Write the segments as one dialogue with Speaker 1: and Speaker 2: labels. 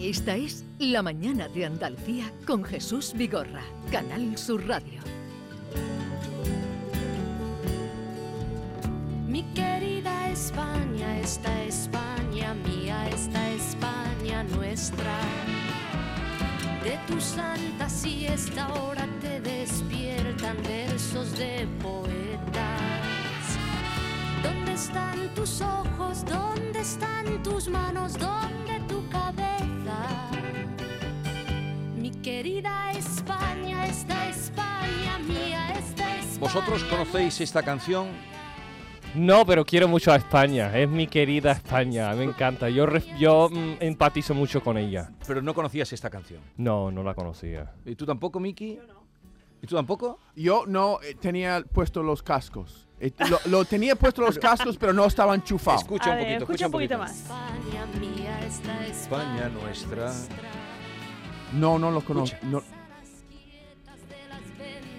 Speaker 1: Esta es La Mañana de Andalucía con Jesús Vigorra, Canal Sur Radio.
Speaker 2: Mi querida España, esta España mía, esta España nuestra. De tu santa siesta ahora te despiertan versos de poetas. ¿Dónde están tus ojos? ¿Dónde están tus manos? ¿Dónde tu cabeza? Mi querida España, esta España mía, esta España.
Speaker 3: ¿Vosotros conocéis esta canción?
Speaker 4: No, pero quiero mucho a España. Es mi querida España. Me encanta. Yo, ref- yo mm, empatizo mucho con ella.
Speaker 3: Pero no conocías esta canción.
Speaker 4: No, no la conocía.
Speaker 3: ¿Y tú tampoco, Miki? ¿Y tú tampoco?
Speaker 5: Yo no eh, tenía puesto los cascos. Eh, lo, lo tenía puesto los cascos, pero no estaba enchufado.
Speaker 3: Escucha
Speaker 6: A
Speaker 3: un
Speaker 6: ver,
Speaker 3: poquito,
Speaker 6: escucha un poquito más.
Speaker 2: España mía, esta
Speaker 3: España nuestra.
Speaker 5: No, no lo conozco.
Speaker 3: Escucha.
Speaker 5: No.
Speaker 2: Las quietas de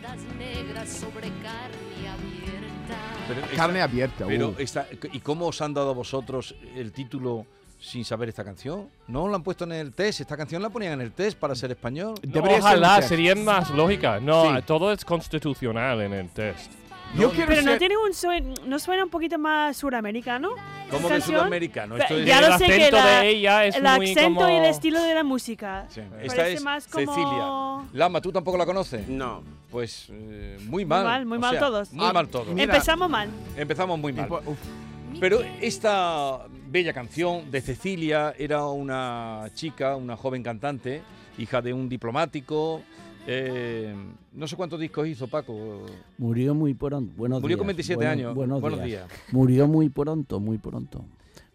Speaker 2: las vendas negras sobre carne abierta.
Speaker 3: Pero esta-
Speaker 5: Carne abierta.
Speaker 3: pero eh,
Speaker 5: uh.
Speaker 3: esta- ¿Y cómo os han dado a vosotros el título sin saber esta canción? No la han puesto en el test. Esta canción la ponían en el test para ser español.
Speaker 5: Debería ser un
Speaker 4: Ojalá,
Speaker 5: test.
Speaker 4: sería más lógica. No,
Speaker 5: Sí.
Speaker 4: todo es constitucional en el test.
Speaker 5: Yo quiero
Speaker 6: Pero no
Speaker 5: ser-
Speaker 6: tiene un suena, no suena un poquito más suramericano.
Speaker 3: Como de
Speaker 6: ¿Canción?
Speaker 3: sudamericano. Esto
Speaker 6: Pe-
Speaker 3: es-
Speaker 6: Ya
Speaker 4: el
Speaker 6: lo sé que
Speaker 4: acento
Speaker 6: la-
Speaker 4: de ella es
Speaker 6: el
Speaker 4: muy
Speaker 6: acento y el
Speaker 4: como-
Speaker 6: estilo de la música.
Speaker 3: Sí. Esta
Speaker 6: Parece
Speaker 3: es
Speaker 6: más como-
Speaker 3: Cecilia. Lama, ¿tú tampoco la conoces?
Speaker 7: No.
Speaker 3: Pues eh, muy mal.
Speaker 6: mal, muy
Speaker 3: o
Speaker 6: mal
Speaker 3: sea,
Speaker 6: todos.
Speaker 3: Muy
Speaker 5: Ah,
Speaker 3: mal todos.
Speaker 5: Mira.
Speaker 6: Empezamos mal.
Speaker 3: Empezamos muy mal.
Speaker 5: Y po- uf,
Speaker 3: Pero esta bella canción de Cecilia era una chica, una joven cantante, hija de un diplomático. eh, no sé cuántos discos hizo Paco.
Speaker 7: Murió muy pronto. Buenos
Speaker 3: Murió
Speaker 7: días.
Speaker 3: con 27
Speaker 7: Bueno-
Speaker 3: años.
Speaker 7: Buenos, días. Murió muy pronto, muy pronto.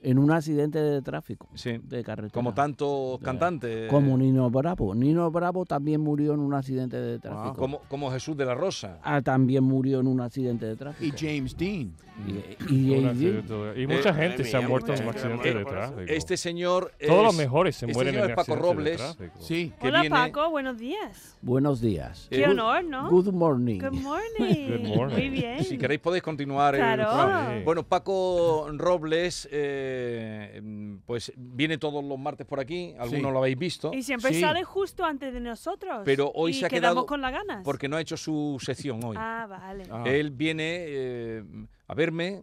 Speaker 7: En un accidente de tráfico.
Speaker 3: Sí.
Speaker 7: De carretera.
Speaker 3: Como eh. tantos
Speaker 7: Ya.
Speaker 3: cantantes.
Speaker 7: Como Nino Bravo. Nino Bravo también murió en un accidente de tráfico.
Speaker 5: Wow.
Speaker 3: Ah, como, como Jesús de la Rosa.
Speaker 7: Ah, también murió en un accidente de tráfico.
Speaker 5: y James Dean.
Speaker 7: Y, y
Speaker 4: Un
Speaker 7: Jay-Z.
Speaker 4: accidente. Y mucha
Speaker 3: Eh,
Speaker 4: gente
Speaker 8: madre
Speaker 4: se ha
Speaker 8: mía,
Speaker 4: muerto en un
Speaker 8: mucha gente
Speaker 4: accidente de
Speaker 8: muere por eso.
Speaker 4: tráfico.
Speaker 3: Este señor.
Speaker 4: Todos
Speaker 3: es-
Speaker 4: los mejores se
Speaker 3: este
Speaker 4: mueren en
Speaker 3: señor es Paco
Speaker 4: accidentes de
Speaker 3: Robles.
Speaker 4: tráfico.
Speaker 5: Sí.
Speaker 3: que
Speaker 6: Hola
Speaker 3: viene-
Speaker 6: Paco, buenos días.
Speaker 7: Buenos días.
Speaker 3: Eh,
Speaker 6: Qué
Speaker 3: good-
Speaker 6: honor, ¿no?
Speaker 7: Good morning.
Speaker 6: Good morning.
Speaker 4: Good morning.
Speaker 6: Muy bien.
Speaker 3: Si queréis podéis continuar. el
Speaker 6: Claro.
Speaker 3: programa.
Speaker 4: Sí.
Speaker 3: Bueno, Paco Robles, eh, mm, pues viene todos los martes por aquí. Algunos
Speaker 5: Sí.
Speaker 3: lo habéis visto.
Speaker 6: Y siempre
Speaker 5: Sí.
Speaker 6: sale justo antes de nosotros.
Speaker 3: Pero hoy
Speaker 6: y
Speaker 3: se ha quedado
Speaker 6: quedamos con las ganas.
Speaker 3: Porque no ha hecho su sección hoy.
Speaker 6: Ah, vale.
Speaker 5: Ah.
Speaker 3: Él viene eh, a verme,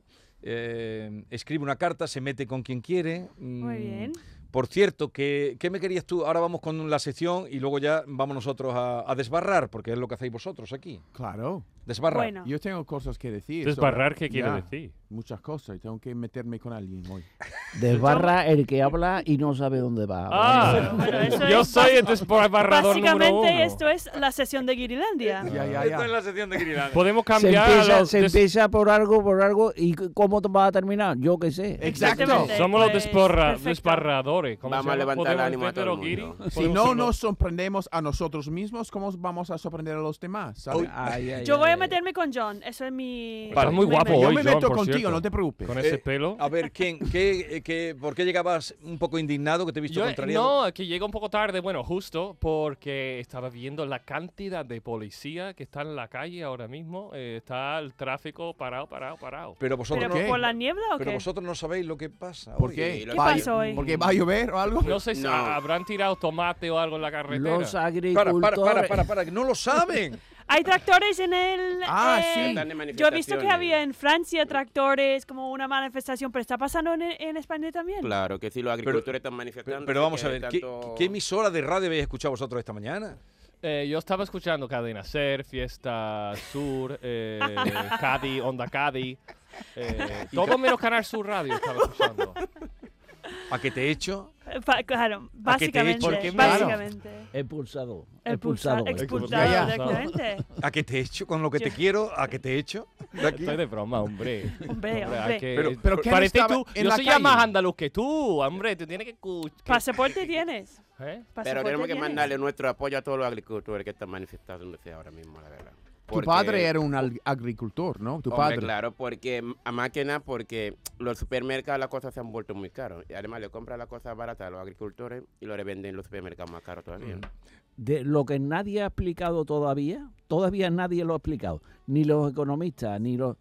Speaker 3: eh, escribe una carta, se mete con quien quiere.
Speaker 6: Muy
Speaker 3: Mm,
Speaker 6: bien.
Speaker 3: Por cierto, que, ¿qué me querías tú? Ahora vamos con la sección y luego ya vamos nosotros a, a desbarrar, porque es lo que hacéis vosotros aquí.
Speaker 5: Claro.
Speaker 3: Desbarrar.
Speaker 6: Bueno.
Speaker 5: Yo tengo cosas que decir. sobre-
Speaker 4: Desbarrar, ¿qué quiere
Speaker 5: Ya,
Speaker 4: decir?
Speaker 5: Muchas cosas. Y tengo que meterme con alguien hoy.
Speaker 7: Desbarra el que habla y no sabe dónde va.
Speaker 4: Ah,
Speaker 6: Bueno, eso
Speaker 4: yo
Speaker 6: es
Speaker 4: soy el desbarrador número uno.
Speaker 6: Básicamente esto es la sesión de Guirilandia.
Speaker 5: Ya, ya,
Speaker 3: Esta
Speaker 5: ya.
Speaker 3: es la sección de Grilandia.
Speaker 4: Podemos
Speaker 7: Se
Speaker 4: cambiar a
Speaker 7: empieza,
Speaker 4: los
Speaker 7: se
Speaker 4: des-
Speaker 7: empieza por algo, por algo. ¿Y c- cómo va a terminar? Yo qué sé.
Speaker 5: Exacto.
Speaker 6: Exactamente.
Speaker 4: Somos los
Speaker 6: Pues,
Speaker 4: desbarra-
Speaker 6: perfecto.
Speaker 4: desbarradores. ¿cómo
Speaker 8: Vamos
Speaker 4: se
Speaker 8: a
Speaker 4: llama?
Speaker 8: levantar el
Speaker 4: ¿Podemos
Speaker 8: ánimo a todo el
Speaker 4: hacerlo, Guiri?
Speaker 8: mundo.
Speaker 5: Si
Speaker 4: ¿Podemos
Speaker 5: no
Speaker 4: hacerlo?
Speaker 5: nos sorprendemos a nosotros mismos, ¿cómo vamos a sorprender a los demás? ¿sabes?
Speaker 7: Ay, ay,
Speaker 6: Yo
Speaker 7: ay,
Speaker 6: voy a
Speaker 7: ay.
Speaker 6: meterme con John. Eso es mi.
Speaker 4: Estás muy
Speaker 6: mi
Speaker 4: guapo
Speaker 6: meta.
Speaker 5: Yo
Speaker 4: hoy,
Speaker 5: me
Speaker 4: John,
Speaker 5: meto
Speaker 4: por
Speaker 5: contigo,
Speaker 4: cierto.
Speaker 5: no te preocupes.
Speaker 4: Con
Speaker 8: Eh,
Speaker 4: ese pelo.
Speaker 3: A ver, ¿quién, qué, eh, qué- ¿por qué llegabas un poco indignado que te he visto
Speaker 4: Yo- eh,
Speaker 3: contrariado?
Speaker 4: no, es que llega un poco tarde, bueno, justo porque estaba viendo la cantidad de policía que está en la calle ahora mismo. eh, está el tráfico parado, parado, parado.
Speaker 3: Pero vosotros,
Speaker 6: ¿Pero
Speaker 5: ¿Por qué?
Speaker 3: no,
Speaker 6: por la niebla o
Speaker 3: pero
Speaker 6: qué?
Speaker 3: vosotros no sabéis lo que pasa.
Speaker 5: ¿Por
Speaker 3: hoy.
Speaker 5: qué?
Speaker 8: ¿Qué
Speaker 6: ¿Qué
Speaker 5: Va-
Speaker 6: pasó hoy?
Speaker 5: ¿Porque va a llover o algo?
Speaker 4: No sé si
Speaker 8: No.
Speaker 4: habrán tirado tomate o algo en la carretera.
Speaker 7: Los
Speaker 3: Para,
Speaker 7: agricultores.
Speaker 3: para, para, para, para, que no lo saben.
Speaker 6: Hay tractores en el.
Speaker 5: Ah,
Speaker 6: eh,
Speaker 5: sí.
Speaker 8: Están de
Speaker 6: Yo he visto que
Speaker 8: manifestaciones.
Speaker 6: había en Francia tractores, como una manifestación, pero está pasando en, en España también.
Speaker 8: Claro, que si los agricultores están manifestando.
Speaker 3: Pero, pero vamos a ver, ¿qué, qué emisora de radio habéis escuchado vosotros esta mañana?
Speaker 4: Eh, yo estaba escuchando Cadena Ser, Fiesta Sur, eh, Cádiz, Onda Cádiz. eh, todo menos Canal Sur Radio estaba escuchando.
Speaker 3: ¿A qué te he hecho?
Speaker 6: Eh, fa- claro,
Speaker 3: ¿A qué te he
Speaker 6: básicamente.
Speaker 3: hecho?
Speaker 4: ¿Por qué me-
Speaker 6: básicamente.
Speaker 7: Expulsado.
Speaker 6: El pulsar,
Speaker 7: Expulsado.
Speaker 6: expulsado,
Speaker 5: Ya, ya.
Speaker 6: exactamente.
Speaker 3: ¿A qué te he hecho? ¿Con lo que
Speaker 6: Yo-
Speaker 3: te quiero? ¿A qué te he hecho? De aquí.
Speaker 4: Estoy de broma, hombre.
Speaker 6: Hombre,
Speaker 4: Hombre, hay
Speaker 6: hombre.
Speaker 4: que-
Speaker 3: Pero-
Speaker 5: pero ¿quién
Speaker 4: parece
Speaker 5: estaba
Speaker 4: tú.
Speaker 5: en
Speaker 4: yo
Speaker 5: la
Speaker 4: soy ya más
Speaker 5: calle?
Speaker 4: andaluz que tú, hombre. Tú tienes que ¿eh? escuchar.
Speaker 6: ¿Pasaporte tienes?
Speaker 8: Pero
Speaker 6: ¿Pasaporte
Speaker 8: tenemos que
Speaker 6: tienes?
Speaker 8: mandarle nuestro apoyo a todos los agricultores que están manifestándose ahora mismo, la verdad.
Speaker 5: Tu
Speaker 8: Porque-
Speaker 5: padre era un al- agricultor, ¿no? Tu
Speaker 8: Hombre,
Speaker 5: padre.
Speaker 8: claro, porque a más que nada porque los supermercados las cosas se han vuelto muy caros. Y además le compran las cosas baratas a los agricultores y lo revenden en los supermercados más caros todavía.
Speaker 7: De lo que nadie ha explicado todavía, todavía nadie lo ha explicado. Ni los economistas, ni los.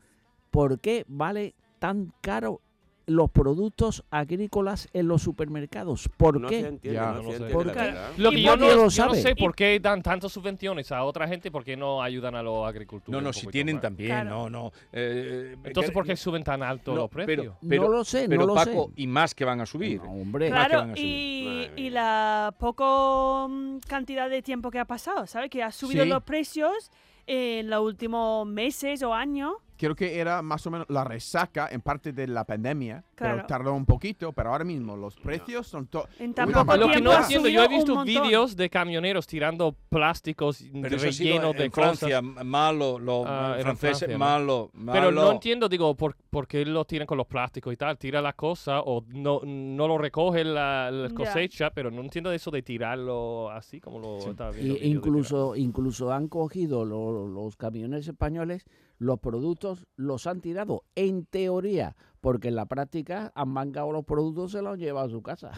Speaker 7: ¿Por qué vale tan caro los productos agrícolas en los supermercados? ¿Por
Speaker 8: No
Speaker 7: qué?
Speaker 8: se entiende,
Speaker 5: Ya,
Speaker 8: no,
Speaker 5: no
Speaker 8: se
Speaker 4: lo sé.
Speaker 8: entiende
Speaker 7: ¿Por
Speaker 8: la
Speaker 6: qué?
Speaker 8: verdad.
Speaker 4: Lo
Speaker 7: Y
Speaker 4: que yo no,
Speaker 7: nadie lo
Speaker 4: yo no
Speaker 7: sabe.
Speaker 4: sé por qué dan tantas subvenciones a otra gente, por qué no ayudan a los agricultores.
Speaker 3: No, no,
Speaker 4: un
Speaker 3: si
Speaker 4: poquito
Speaker 3: tienen
Speaker 4: más?
Speaker 3: también,
Speaker 6: Claro.
Speaker 3: no, no. eh,
Speaker 4: Entonces,
Speaker 3: eh,
Speaker 4: ¿por qué suben tan alto
Speaker 3: no,
Speaker 4: los precios?
Speaker 3: Pero, pero,
Speaker 7: no lo sé,
Speaker 3: pero
Speaker 7: no lo
Speaker 3: Paco,
Speaker 7: sé.
Speaker 3: y más que van a subir.
Speaker 7: No, hombre,
Speaker 3: Claro.
Speaker 6: Claro,
Speaker 3: van a subir.
Speaker 6: y,
Speaker 8: Madre
Speaker 6: y
Speaker 8: mía.
Speaker 6: la poco mm, cantidad de tiempo que ha pasado, ¿sabes? Que ha subido
Speaker 3: Sí.
Speaker 6: los precios en los últimos meses o años.
Speaker 5: Creo que era más o menos la resaca en parte de la pandemia,
Speaker 6: Claro.
Speaker 5: pero tardó un poquito, pero ahora mismo los precios son todo...
Speaker 6: En
Speaker 5: Una
Speaker 6: tan
Speaker 5: Pero
Speaker 6: poco
Speaker 5: mala
Speaker 4: lo que
Speaker 6: tiempo
Speaker 4: no
Speaker 6: ha
Speaker 5: cosa.
Speaker 4: entiendo,
Speaker 6: subido
Speaker 4: yo he
Speaker 6: un
Speaker 4: visto
Speaker 6: montón.
Speaker 4: vídeos de camioneros tirando plásticos
Speaker 3: Pero eso ha sido
Speaker 4: rellenos
Speaker 3: en
Speaker 4: de
Speaker 3: Francia,
Speaker 4: cosas.
Speaker 3: malo, los eh,
Speaker 4: Ah, era en
Speaker 3: franceses,
Speaker 4: Francia, ¿no?
Speaker 3: malo, malo.
Speaker 4: Pero no entiendo, digo, por, por qué lo tiran con los plásticos y tal. Tira la cosa o no, no lo recoge la, la
Speaker 6: Ya.
Speaker 4: cosecha, pero no entiendo eso de tirarlo así como lo estaba
Speaker 7: Y-
Speaker 4: viendo el vídeo de tirar.
Speaker 7: incluso, incluso han cogido lo- los camiones españoles, los productos los han tirado, en teoría, porque en la práctica han mangado los productos se los han llevado a su casa.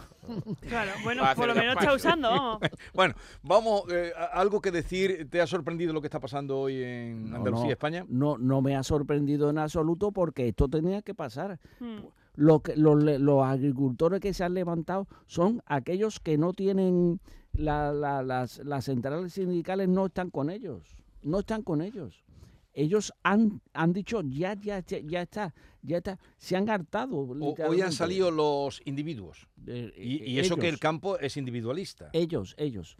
Speaker 6: Claro, bueno,
Speaker 8: Va a
Speaker 6: por lo
Speaker 8: hacer
Speaker 6: menos
Speaker 8: gazpacho.
Speaker 6: está usando, vamos.
Speaker 3: Bueno, vamos, eh, a- algo que decir, ¿te ha sorprendido lo que está pasando hoy en
Speaker 7: No,
Speaker 3: Andalucía,
Speaker 7: no.
Speaker 3: España?
Speaker 7: No, no me ha sorprendido en absoluto porque esto tenía que pasar.
Speaker 6: Mm.
Speaker 7: Lo que- los, le- los agricultores que se han levantado son aquellos que no tienen la- la- las, las centrales sindicales no están con ellos, no están con ellos. Ellos han, han dicho ya, ya, ya, ya está, ya está, se han hartado.
Speaker 3: O- hoy han
Speaker 7: literalmente.
Speaker 3: salido los individuos.
Speaker 7: Eh,
Speaker 3: Y,
Speaker 7: eh,
Speaker 3: y eso que el
Speaker 7: ellos. Eh,
Speaker 3: campo es individualista.
Speaker 7: Ellos, ellos.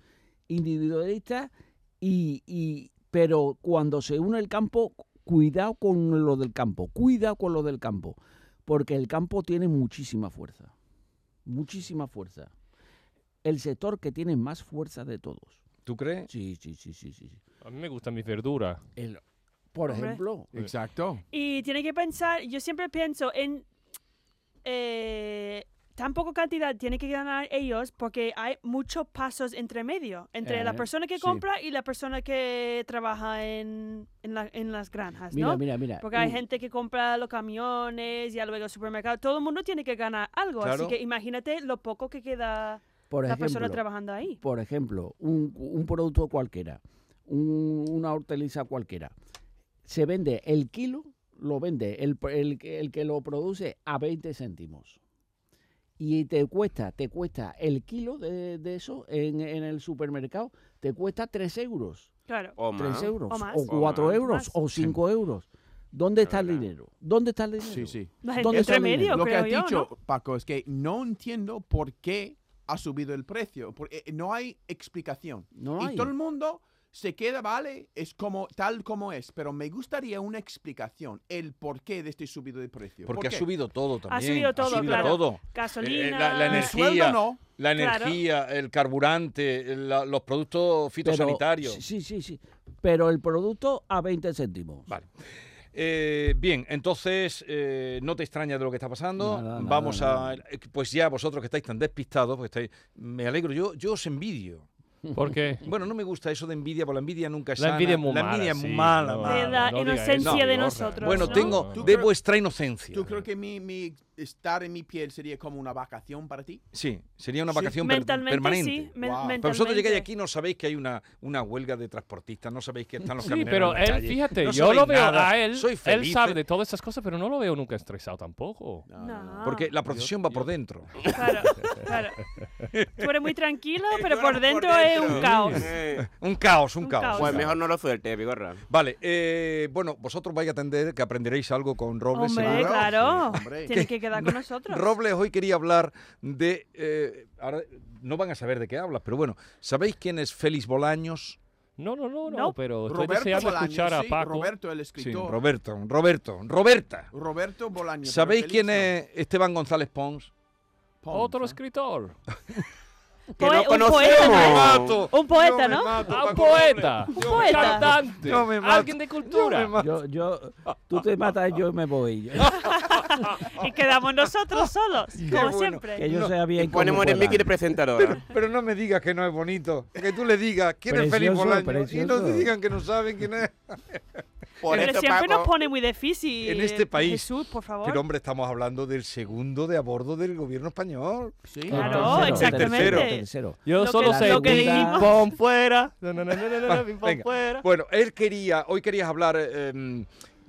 Speaker 7: Individualistas y, y- Pero cuando se une el campo, cuidado con lo del campo. Cuidado con lo del campo. Porque el campo tiene muchísima fuerza. Muchísima fuerza. El sector que tiene más fuerza de todos.
Speaker 3: ¿Tú crees?
Speaker 7: Sí, sí, sí, sí, sí. sí.
Speaker 4: A mí me gustan mis verduras.
Speaker 7: El- por
Speaker 6: Hombre.
Speaker 7: ejemplo,
Speaker 5: Exacto.
Speaker 6: Y tiene que pensar, yo siempre pienso en eh, tan poca cantidad tiene que ganar ellos porque hay muchos pasos entre medio, entre la
Speaker 7: Eh,
Speaker 6: persona que
Speaker 7: sí.
Speaker 6: compra y la persona que trabaja en, en, la- en las granjas,
Speaker 7: mira,
Speaker 6: Pues ¿no?
Speaker 7: mira, mira. uh,
Speaker 6: Porque hay
Speaker 7: y-
Speaker 6: gente que compra los camiones y ya luego el supermercado. Todo el mundo tiene que ganar algo.
Speaker 3: Claro.
Speaker 6: Así que imagínate lo poco que queda
Speaker 7: por
Speaker 6: la persona
Speaker 7: ejemplo,
Speaker 6: trabajando ahí.
Speaker 7: por ejemplo, un, un producto cualquiera, un- una hortaliza cualquiera, se vende el kilo, lo vende el, el que- el que lo produce a 20 céntimos. Y te cuesta, te cuesta el kilo de, de eso en, en el supermercado, te cuesta 3 euros,
Speaker 6: Claro.
Speaker 8: O
Speaker 7: 3
Speaker 5: Ah.
Speaker 8: más.
Speaker 7: euros,
Speaker 6: O más.
Speaker 7: o 4
Speaker 8: más.
Speaker 7: euros,
Speaker 6: Más.
Speaker 7: o 5 euros. ¿Dónde está el
Speaker 8: verdad.
Speaker 7: dinero? ¿Dónde está el dinero?
Speaker 5: Sí, sí.
Speaker 6: La gente
Speaker 7: ¿Dónde está
Speaker 6: entre
Speaker 7: el dinero?
Speaker 6: medio,
Speaker 5: Lo que
Speaker 6: creo
Speaker 5: has
Speaker 6: yo,
Speaker 5: dicho,
Speaker 6: ¿no?
Speaker 5: Paco, es que no entiendo por qué ha subido el precio. Porque eh, no hay explicación.
Speaker 7: No hay.
Speaker 5: Y todo el mundo se queda, vale, es como tal como es. Pero me gustaría una explicación, el porqué de este subido de precio.
Speaker 3: Porque ha
Speaker 5: ¿Por qué?
Speaker 3: subido todo también.
Speaker 6: subido todo, claro.
Speaker 3: todo.
Speaker 6: Gasolina.
Speaker 3: la- la
Speaker 5: El
Speaker 3: energía.
Speaker 5: sueldo no.
Speaker 3: La
Speaker 6: Claro.
Speaker 3: energía, el carburante, la- los productos
Speaker 7: Pero-
Speaker 3: fitosanitarios.
Speaker 7: Sí, sí, sí. Pero el producto a 20 céntimos.
Speaker 3: Vale. Eh, bien, entonces eh, no te extraña de lo que está pasando.
Speaker 7: Nada, nada,
Speaker 3: Vamos a.
Speaker 7: nada.
Speaker 3: eh, Pues ya vosotros que estáis tan despistados, porque estáis. Me alegro, yo, yo os envidio.
Speaker 4: ¿Por qué?
Speaker 3: Bueno, no me gusta eso de envidia, porque la envidia nunca es
Speaker 4: La envidia es
Speaker 3: sana.
Speaker 4: muy
Speaker 3: La
Speaker 4: mala.
Speaker 3: envidia es
Speaker 4: sí,
Speaker 3: mala,
Speaker 4: no,
Speaker 3: mala.
Speaker 6: De la
Speaker 4: no diga
Speaker 6: inocencia
Speaker 4: eso,
Speaker 6: de
Speaker 4: Gorra.
Speaker 6: nosotros,
Speaker 3: Bueno,
Speaker 6: No,
Speaker 3: tengo.
Speaker 5: no.
Speaker 3: De
Speaker 5: creo-
Speaker 3: vuestra inocencia.
Speaker 5: ¿Tú crees que mi, mi estar en mi piel sería como una vacación para ti?
Speaker 3: Sí, sería una
Speaker 5: Sí.
Speaker 3: vacación per-
Speaker 6: Mentalmente
Speaker 3: permanente.
Speaker 6: sí. men-
Speaker 5: Wow.
Speaker 6: mentalmente.
Speaker 3: Pero vosotros llegáis aquí y no sabéis que hay una, una huelga de transportistas, no sabéis que están los
Speaker 4: Sí,
Speaker 3: camioneros
Speaker 4: pero
Speaker 3: en la
Speaker 4: él,
Speaker 3: calle,
Speaker 4: fíjate,
Speaker 3: no
Speaker 4: yo lo
Speaker 3: sabéis
Speaker 4: veo
Speaker 3: nada, ¿eh?
Speaker 4: a él.
Speaker 3: sois
Speaker 4: él sabe
Speaker 3: felices,
Speaker 4: de todas esas cosas, pero no lo veo nunca estresado tampoco.
Speaker 6: No. Eh,
Speaker 3: Porque la procesión va por dentro.
Speaker 6: Claro, claro. Tú eres muy tranquilo, pero
Speaker 8: Tú
Speaker 6: por
Speaker 8: eres por
Speaker 6: dentro, es
Speaker 8: dentro.
Speaker 6: un caos.
Speaker 8: Eh,
Speaker 3: Un caos, un,
Speaker 6: Un
Speaker 3: caos.
Speaker 6: caos.
Speaker 8: Pues mejor no lo suelte, Bigorra.
Speaker 3: Vale, eh, bueno, vosotros vais a atender que aprenderéis algo con Robles.
Speaker 6: Hombre,
Speaker 3: seguro.
Speaker 6: claro.
Speaker 5: Sí, hombre.
Speaker 6: Tienes que quedar con nosotros.
Speaker 3: Robles hoy quería hablar de... eh, ahora no van a saber de qué hablas, pero bueno, ¿sabéis quién es Félix Bolaños?
Speaker 4: No, no, no, no,
Speaker 6: No.
Speaker 4: pero estoy
Speaker 5: Roberto
Speaker 4: deseando escuchar
Speaker 5: Bolaños,
Speaker 4: a
Speaker 5: sí,
Speaker 4: Paco.
Speaker 5: Roberto el
Speaker 3: Sí,
Speaker 5: escritor.
Speaker 3: Roberto, Roberto, Roberta.
Speaker 5: Roberto Bolaños. pero
Speaker 3: ¿Sabéis
Speaker 5: Félix
Speaker 3: quién
Speaker 5: no.
Speaker 3: es Esteban González Pons?
Speaker 5: Pons,
Speaker 4: Otro
Speaker 5: ¿eh?
Speaker 4: escritor.
Speaker 8: Que
Speaker 6: Poe-
Speaker 8: no
Speaker 6: Pues un
Speaker 8: conocemos.
Speaker 6: poeta, ¿eh? ¿no? Un poeta,
Speaker 3: Yo me
Speaker 6: ¿no?
Speaker 3: mato,
Speaker 4: Ah, un
Speaker 3: Paco Robles.
Speaker 4: poeta. Un
Speaker 3: Yo me
Speaker 6: poeta.
Speaker 3: mato.
Speaker 4: Cantante.
Speaker 3: Yo me mato.
Speaker 4: Alguien de cultura.
Speaker 7: Yo, yo, tú te matas, yo me voy.
Speaker 6: Y quedamos nosotros solos, como
Speaker 3: bueno.
Speaker 7: Que
Speaker 6: siempre.
Speaker 7: yo
Speaker 3: No,
Speaker 7: sea bien.
Speaker 8: Y ponemos
Speaker 7: como
Speaker 8: en Mickey de
Speaker 7: pueda.
Speaker 8: presentadora.
Speaker 3: Pero no me digas que no es bonito. Que tú le digas quién es Félix
Speaker 7: Precioso,
Speaker 3: Bolaños y no te
Speaker 7: precioso.
Speaker 3: digan que no saben quién es.
Speaker 8: Por
Speaker 6: Pero
Speaker 8: eso,
Speaker 6: siempre nos
Speaker 8: Paco,
Speaker 6: pone muy difícil.
Speaker 3: En este país.
Speaker 6: Jesús, por favor.
Speaker 3: Pero hombre, estamos hablando del segundo de a bordo del gobierno español.
Speaker 5: Sí.
Speaker 6: Claro,
Speaker 7: Ah, Tercero,
Speaker 6: exactamente.
Speaker 7: tercero, tercero.
Speaker 4: Yo
Speaker 6: Lo que-
Speaker 4: solo sé
Speaker 7: lo que dijimos.
Speaker 4: ping-pong Ah. fuera. No, no, no, no, no, no,
Speaker 3: Vale,
Speaker 4: ping-pong
Speaker 3: Ah, venga.
Speaker 4: fuera.
Speaker 3: Bueno, él quería, hoy querías hablar, eh, em,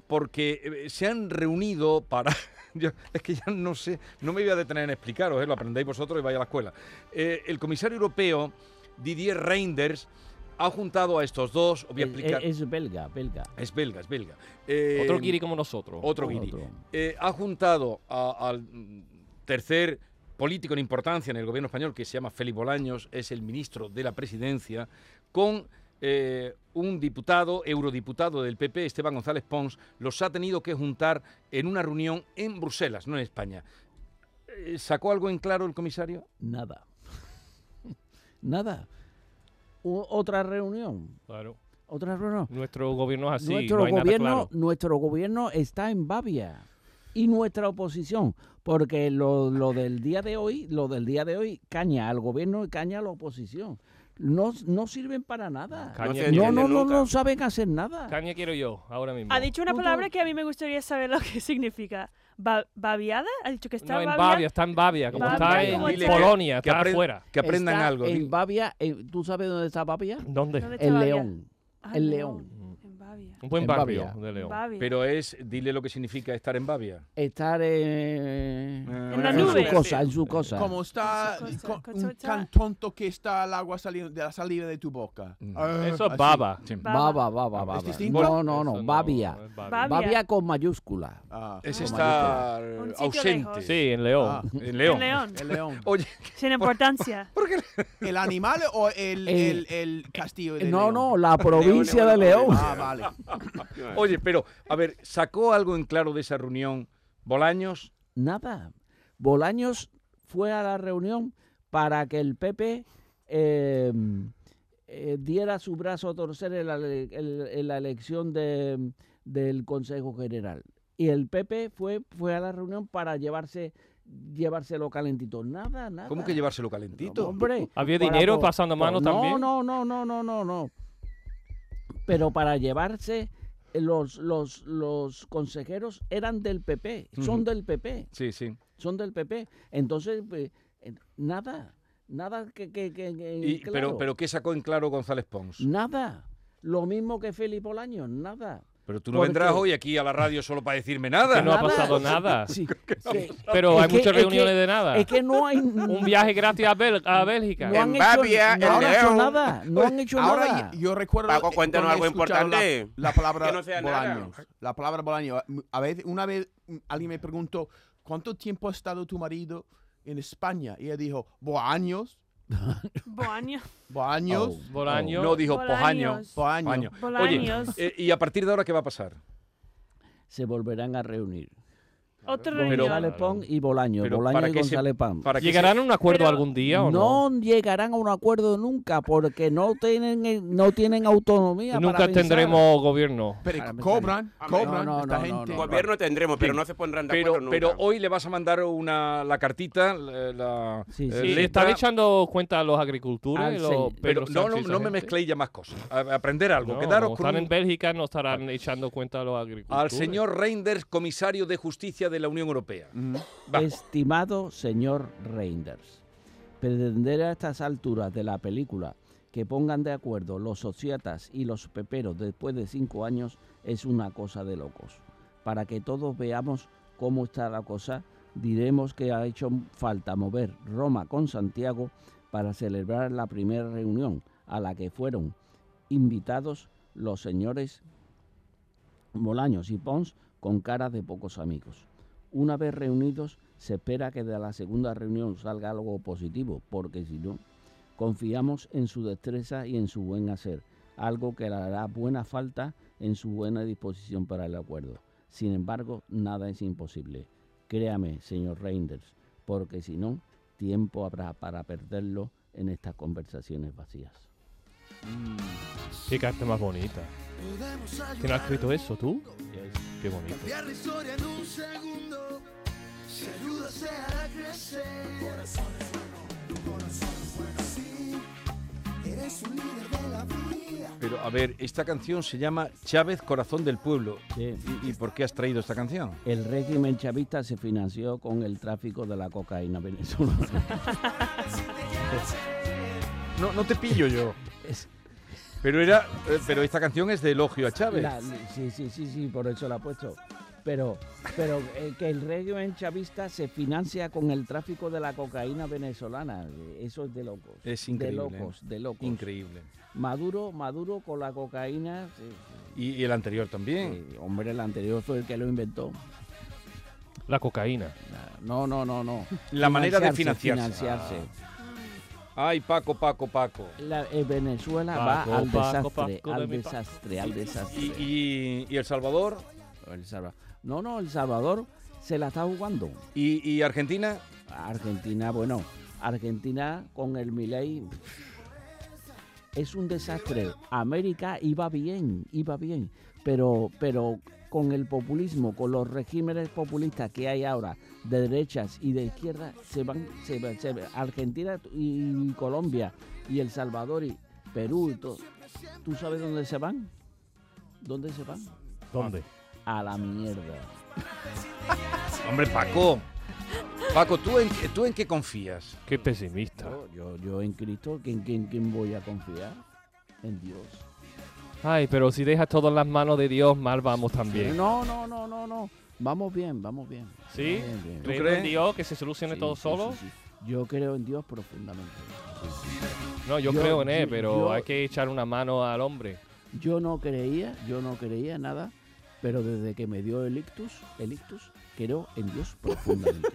Speaker 3: porque eh, se han reunido para... yo- es que ya no sé, no me voy a detener en explicaros, eh, lo aprendéis vosotros y vais a la escuela. Eh, el comisario europeo, Didier Reinders, ha juntado a estos dos, os voy a
Speaker 7: Es,
Speaker 3: explicar... Es,
Speaker 7: Eh, es belga, belga.
Speaker 3: belga, es belga. Eh,
Speaker 4: Otro guiri como nosotros.
Speaker 3: Otro guiri.
Speaker 7: Otro.
Speaker 3: Eh, ha juntado a- al mm, tercer político en importancia en el gobierno español, que se llama Félix Bolaños, es el ministro de la presidencia, con eh, un diputado, eurodiputado del PP, Esteban González Pons, los ha tenido que juntar en una reunión en Bruselas, no en España. Eh, ¿Sacó algo en claro el comisario?
Speaker 7: Nada. Nada. U- otra reunión.
Speaker 4: Claro.
Speaker 7: Otra reunión.
Speaker 4: Nuestro gobierno es así.
Speaker 7: nuestro,
Speaker 4: no hay
Speaker 7: gobierno,
Speaker 4: nada claro.
Speaker 7: nuestro gobierno está en Babia. Y nuestra oposición. Porque lo, lo del día de hoy, lo del día de hoy, caña al gobierno y caña a la oposición. No, no sirven para nada.
Speaker 8: se
Speaker 4: Caña, quiero-
Speaker 7: No,
Speaker 8: entiende
Speaker 7: no, no,
Speaker 8: nunca.
Speaker 7: no saben hacer nada.
Speaker 4: Caña quiero yo, ahora mismo.
Speaker 6: Ha dicho una
Speaker 7: No, no.
Speaker 6: palabra que a mí me gustaría saber lo que significa. Ba- ¿Babiada? ¿Ha dicho que está
Speaker 4: No, en
Speaker 6: babiada?
Speaker 4: Bavia, está en Bavia, como
Speaker 6: Babia,
Speaker 4: está
Speaker 6: como
Speaker 4: en
Speaker 6: está.
Speaker 4: Polonia,
Speaker 3: que,
Speaker 4: está
Speaker 3: apren-
Speaker 4: afuera.
Speaker 3: que aprendan
Speaker 7: Está
Speaker 3: algo. di-
Speaker 7: En Babia, eh, ¿tú sabes dónde está Babia?
Speaker 4: ¿Dónde? Mm.
Speaker 6: ¿Dónde está
Speaker 7: En
Speaker 6: Babia?
Speaker 7: León.
Speaker 6: Ah,
Speaker 7: En
Speaker 6: En Babia.
Speaker 4: Un buen
Speaker 7: En
Speaker 4: barrio
Speaker 7: Babia.
Speaker 4: de León.
Speaker 6: Babia.
Speaker 3: Pero es, dile lo que significa estar en Bavia.
Speaker 7: Estar eh,
Speaker 6: la
Speaker 7: en
Speaker 5: Ah,
Speaker 6: nube.
Speaker 7: su cosa, en su cosa.
Speaker 5: Como está
Speaker 6: Cosa,
Speaker 5: co-
Speaker 6: cosa,
Speaker 5: un
Speaker 6: cosa.
Speaker 5: tan tonto que está el agua saliendo de la salida de tu boca.
Speaker 3: Mm.
Speaker 5: Ah,
Speaker 4: Eso es
Speaker 5: así.
Speaker 4: baba.
Speaker 3: Sí.
Speaker 7: Baba, baba, baba.
Speaker 5: ¿Es distinto?
Speaker 7: No, no,
Speaker 4: Eso
Speaker 7: no, Babia.
Speaker 4: es Babia.
Speaker 6: Babia.
Speaker 7: Babia con mayúscula.
Speaker 5: Ah,
Speaker 3: Es
Speaker 5: como
Speaker 3: estar
Speaker 6: Un sitio
Speaker 3: eh, ausente.
Speaker 6: lejos.
Speaker 4: Sí, en León.
Speaker 5: Ah.
Speaker 3: En
Speaker 6: En
Speaker 3: León.
Speaker 6: León.
Speaker 5: El león.
Speaker 3: Oye,
Speaker 6: Sin importancia.
Speaker 5: ¿El animal o el,
Speaker 7: Eh,
Speaker 5: el, el castillo de
Speaker 7: No,
Speaker 5: León?
Speaker 7: no, la provincia de León.
Speaker 5: Ah, vale.
Speaker 3: Oye, pero, a ver, ¿sacó algo en claro de esa reunión Bolaños?
Speaker 7: Nada. Bolaños fue a la reunión para que el PP eh, eh, diera su brazo a torcer en la, ele- el- en la elección de- del Consejo General. Y el PP fue, fue a la reunión para llevarse llevárselo calentito. Nada, nada.
Speaker 3: ¿Cómo que llevárselo calentito?
Speaker 7: Hombre,
Speaker 4: Había
Speaker 7: para
Speaker 4: dinero
Speaker 7: po-
Speaker 4: pasando
Speaker 7: po-
Speaker 4: mano
Speaker 7: no,
Speaker 4: también.
Speaker 7: No, no, no, no, no, no. Pero para llevarse eh, los, los, los consejeros eran del PP, son
Speaker 3: Ujú.
Speaker 7: del PP,
Speaker 3: Sí, sí.
Speaker 7: son del PP. Entonces, pues, eh, nada, nada que... que, que- que-
Speaker 3: Y- pero,
Speaker 7: claro,
Speaker 3: pero ¿qué sacó en claro González Pons?
Speaker 4: Mm,
Speaker 7: Nada. Lo mismo que Felipe Bolaños, nada.
Speaker 3: Pero tú no
Speaker 7: ¿Por
Speaker 3: vendrás
Speaker 7: qué?
Speaker 3: hoy aquí a la radio solo para decirme nada.
Speaker 4: Que no ha pasado nada.
Speaker 7: Sí, sí.
Speaker 4: Pero
Speaker 7: Es
Speaker 4: hay
Speaker 7: que-
Speaker 4: muchas
Speaker 7: es que-
Speaker 4: reuniones de nada.
Speaker 7: Es que no hay...
Speaker 4: Un viaje gratis a, Bel- a Bélgica.
Speaker 7: No han
Speaker 8: En
Speaker 7: hecho,
Speaker 8: Babia,
Speaker 7: no
Speaker 8: en
Speaker 7: han hecho
Speaker 8: León.
Speaker 7: nada, no han hecho
Speaker 5: Ahora
Speaker 7: nada.
Speaker 5: yo- yo recuerdo.
Speaker 8: Paco,
Speaker 5: eh,
Speaker 8: cuéntanos
Speaker 5: cuando he
Speaker 8: algo
Speaker 5: escuchado la-
Speaker 8: importante.
Speaker 5: La, palabra
Speaker 8: Que no sea nada.
Speaker 5: Bolaños. La palabra Bolaños. A veces, una vez mm, alguien me preguntó, ¿cuánto tiempo ha estado tu marido en España? Y ella dijo, Bolaños,
Speaker 6: Bolaños.
Speaker 5: Bolaños,
Speaker 7: Oh.
Speaker 4: Bolaño.
Speaker 3: No dijo pojaño.
Speaker 6: Bolaños.
Speaker 5: Bolaños.
Speaker 3: Pojaño. Oye,
Speaker 6: Bolaños.
Speaker 3: eh, ¿y a partir de ahora qué va a pasar?
Speaker 7: Se volverán a reunir.
Speaker 6: Otra
Speaker 3: Pero-
Speaker 6: reunión.
Speaker 7: González Pons y Bolaño.
Speaker 3: Pero
Speaker 7: Bolaño
Speaker 3: para
Speaker 7: y
Speaker 3: que se-
Speaker 7: González Pons.
Speaker 3: ¿Para qué se-
Speaker 4: ¿Llegarán a un acuerdo
Speaker 6: Pero-
Speaker 4: algún día o no?
Speaker 7: No llegarán a un acuerdo nunca porque no tienen eh, no tienen autonomía.
Speaker 4: Y
Speaker 7: para
Speaker 4: nunca
Speaker 7: pensar.
Speaker 4: tendremos gobierno.
Speaker 5: Pero
Speaker 7: Ahora me
Speaker 5: cobran,
Speaker 8: sale.
Speaker 5: cobran
Speaker 7: No, no,
Speaker 5: esta
Speaker 7: no, no,
Speaker 5: gente.
Speaker 7: no.
Speaker 8: Gobierno tendremos, pero no se pondrán de acuerdo
Speaker 3: Pero, pero
Speaker 8: nunca.
Speaker 3: hoy le vas a mandar una, la cartita, la, la-
Speaker 7: Sí,
Speaker 3: eh,
Speaker 7: sí.
Speaker 4: Sí,
Speaker 3: letra.
Speaker 4: están echando cuenta a los agricultores,
Speaker 7: Al
Speaker 4: los
Speaker 7: señor.
Speaker 3: Pero
Speaker 4: Pedro
Speaker 3: no, no,
Speaker 4: Sánchez, esa
Speaker 3: no me
Speaker 4: gente.
Speaker 3: mezcléis ya más cosas. A- aprender algo.
Speaker 4: No,
Speaker 3: Quedaros
Speaker 4: como
Speaker 3: con
Speaker 4: están
Speaker 3: un-
Speaker 4: en Bélgica, no estarán echando cuenta a los agricultores.
Speaker 3: al señor Reinders, comisario de justicia de la Unión Europea.
Speaker 5: Mm.
Speaker 3: Va.
Speaker 7: Estimado señor Reinders, pretender a estas alturas de la película que pongan de acuerdo los sociatas y los peperos después de cinco años es una cosa de locos. Para que todos veamos cómo está la cosa, diremos que ha hecho falta mover Roma con Santiago para celebrar la primera reunión a la que fueron invitados los señores Molaños y Pons con cara de pocos amigos. Una vez reunidos, se espera que de la segunda reunión salga algo positivo, porque si no, confiamos en su destreza y en su buen hacer, algo que le hará buena falta en su buena disposición para el acuerdo. Sin embargo, nada es imposible. Créame, señor Reinders, porque si no, tiempo habrá para perderlo en estas conversaciones vacías. Mm.
Speaker 4: Qué carta más bonita. ¿Quién ha escrito eso, tú? Qué bonito.
Speaker 5: Eh,
Speaker 3: Pero a ver, esta canción se llama Chávez Corazón del Pueblo. ¿Y, y por qué has traído esta canción?
Speaker 7: El régimen chavista se financió con el tráfico de la cocaína venezolana.
Speaker 3: No, no te pillo yo.
Speaker 7: Es-
Speaker 3: Pero era, eh, pero esta canción es de elogio a Chávez.
Speaker 7: La- sí, sí, sí, sí, por eso la he puesto. Pero, pero eh, que el régimen chavista se financia con el tráfico de la cocaína venezolana, eh, eso es de locos.
Speaker 3: Es
Speaker 7: de
Speaker 3: increíble. ¿eh?
Speaker 7: locos, de locos.
Speaker 3: Increíble.
Speaker 7: Maduro, Maduro con la cocaína. sí,
Speaker 3: Y, y el anterior
Speaker 7: sí,
Speaker 3: también.
Speaker 7: sí. hombre, el anterior fue el que lo inventó.
Speaker 4: La cocaína.
Speaker 7: No, no, no, no.
Speaker 3: La manera de financiarse. Ah.
Speaker 7: financiarse.
Speaker 3: Ay, Paco, Paco, Paco.
Speaker 7: La- eh, Venezuela
Speaker 3: Ah,
Speaker 4: Paco,
Speaker 7: va al
Speaker 4: Paco,
Speaker 7: desastre,
Speaker 4: Paco de
Speaker 7: al
Speaker 4: mi pa-
Speaker 7: desastre, al desastre.
Speaker 3: Y, y- y El Salvador
Speaker 7: El Salva- No, no, El Salvador se la está jugando.
Speaker 3: y, y Argentina.
Speaker 7: Argentina, bueno, Argentina con el Milei es un desastre. América iba bien, iba bien, pero, pero con el populismo, con los regímenes populistas que hay ahora, de derechas y de izquierda, se van, se, va- se va- Argentina y Colombia y El Salvador y Perú y todo. ¿Tú sabes dónde se van? ¿Dónde se van?
Speaker 4: ¿Dónde?
Speaker 7: A la mierda.
Speaker 3: Hombre, Paco. Paco, ¿tú en, qué- ¿tú en qué confías?
Speaker 4: Qué pesimista.
Speaker 7: Yo, yo, yo en Cristo, ¿en quién, quién voy a confiar? En Dios.
Speaker 4: Ay, pero si dejas todo en las manos de Dios, mal vamos también.
Speaker 7: No, no, no, no, no. Vamos bien, vamos bien.
Speaker 4: ¿Sí?
Speaker 7: Vamos bien.
Speaker 4: ¿Tú
Speaker 3: ¿Tú
Speaker 4: crees
Speaker 3: crees?
Speaker 4: en Dios que se solucione
Speaker 7: Sí,
Speaker 4: todo
Speaker 7: sí,
Speaker 4: solo?
Speaker 7: sí, sí. Yo creo en Dios profundamente.
Speaker 4: No, yo,
Speaker 7: Yo-
Speaker 4: creo en él,
Speaker 7: yo-
Speaker 4: pero
Speaker 7: yo-
Speaker 4: hay que echar una mano al hombre.
Speaker 7: Yo no creía, yo no creía en nada, pero desde que me dio el ictus, el ictus, creo en Dios profundamente.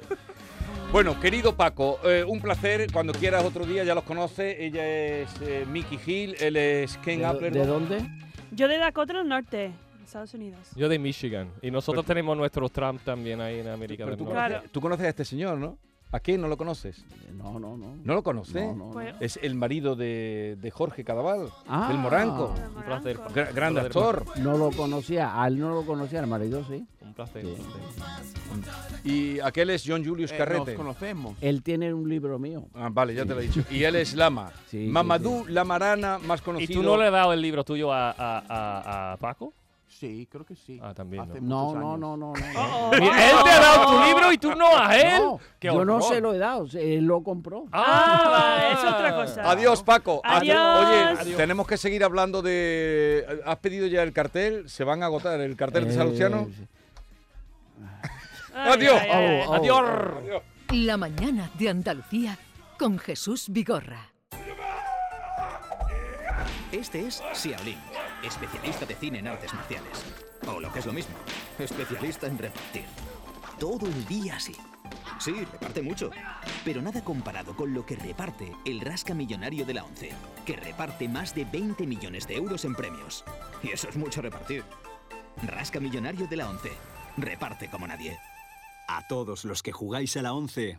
Speaker 3: Bueno, querido Paco, eh, un placer. Cuando quieras otro día ya los conoces. Ella es eh, Mickey Hill, él es Ken
Speaker 7: ¿De,
Speaker 3: Appler.
Speaker 7: de dónde?
Speaker 6: Yo de Dakota del Norte, Estados Unidos.
Speaker 4: Yo de Michigan. Y nosotros tenemos nuestros Trump también ahí en América
Speaker 3: Pero
Speaker 4: del
Speaker 3: tú,
Speaker 4: Norte.
Speaker 6: Claro.
Speaker 3: conoces, tú conoces a este señor, ¿no? ¿A quién no lo conoces?
Speaker 7: No, no, no.
Speaker 3: ¿No lo conoces?
Speaker 7: No, no, no.
Speaker 6: Pues-
Speaker 3: Es el marido de, de Jorge Cadaval,
Speaker 7: Ah.
Speaker 3: del Moranco.
Speaker 4: Un placer.
Speaker 6: Moranco.
Speaker 3: Gra- gran
Speaker 4: Brother.
Speaker 3: actor.
Speaker 7: No lo conocía, a él no lo conocía, al marido sí.
Speaker 4: Un placer.
Speaker 7: Sí.
Speaker 4: un placer.
Speaker 3: Y aquel es John Julius
Speaker 5: Eh, nos
Speaker 3: Carrete.
Speaker 5: conocemos.
Speaker 7: Él tiene un libro mío.
Speaker 3: Ah, vale, ya te lo he dicho. Y él es Lama.
Speaker 7: Sí, sí,
Speaker 3: Mamadou Lamarana, más
Speaker 4: ¿Y
Speaker 3: conocido.
Speaker 4: tú no le has dado el libro tuyo a, a- a- a Paco?
Speaker 5: Sí, creo que sí.
Speaker 4: Ah, también,
Speaker 5: Hace
Speaker 7: No,
Speaker 5: muchos
Speaker 7: no,
Speaker 5: años.
Speaker 7: no, no, no. no.
Speaker 6: Oh, oh.
Speaker 4: Él te ha dado tu libro y tú no a él.
Speaker 7: No,
Speaker 4: ¡Qué
Speaker 7: yo no
Speaker 4: horror!
Speaker 7: se lo he dado, se- él lo compró.
Speaker 6: Ah, va, es otra cosa.
Speaker 3: Adiós, Paco.
Speaker 6: Adiós.
Speaker 3: Oye,
Speaker 6: Adiós.
Speaker 3: tenemos que seguir hablando de. ¿Has pedido ya el cartel? ¿Se van a agotar el cartel de
Speaker 7: Eh,
Speaker 3: Salustiano?
Speaker 7: sí.
Speaker 6: Ay,
Speaker 3: Adiós.
Speaker 6: ay, ay, ay.
Speaker 7: Oh, oh.
Speaker 4: Adiós.
Speaker 1: La mañana de Andalucía con Jesús Vigorra.
Speaker 9: Este es Xiaolin, especialista de cine en artes marciales. O lo que es lo mismo, especialista en repartir. Todo el día así. Sí, reparte mucho. Pero nada comparado con lo que reparte el rasca millonario de la ONCE, que reparte más de 20 millones de euros en premios. Y eso es mucho repartir. Rasca millonario de la ONCE. Reparte como nadie.
Speaker 10: A todos los que jugáis a la 11,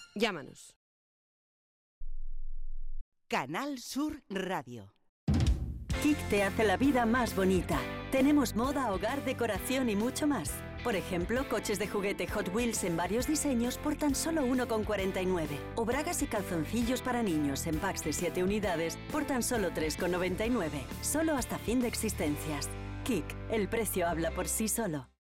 Speaker 11: Llámanos.
Speaker 12: Canal Sur Radio. Kik te hace la vida más bonita. Tenemos moda, hogar, decoración y mucho más. Por ejemplo, coches de juguete Hot Wheels en varios diseños por tan solo 1,49. O bragas y calzoncillos para niños en packs de 7 unidades por tan solo 3,99. Solo hasta fin de existencias. Kik, el precio habla por sí solo.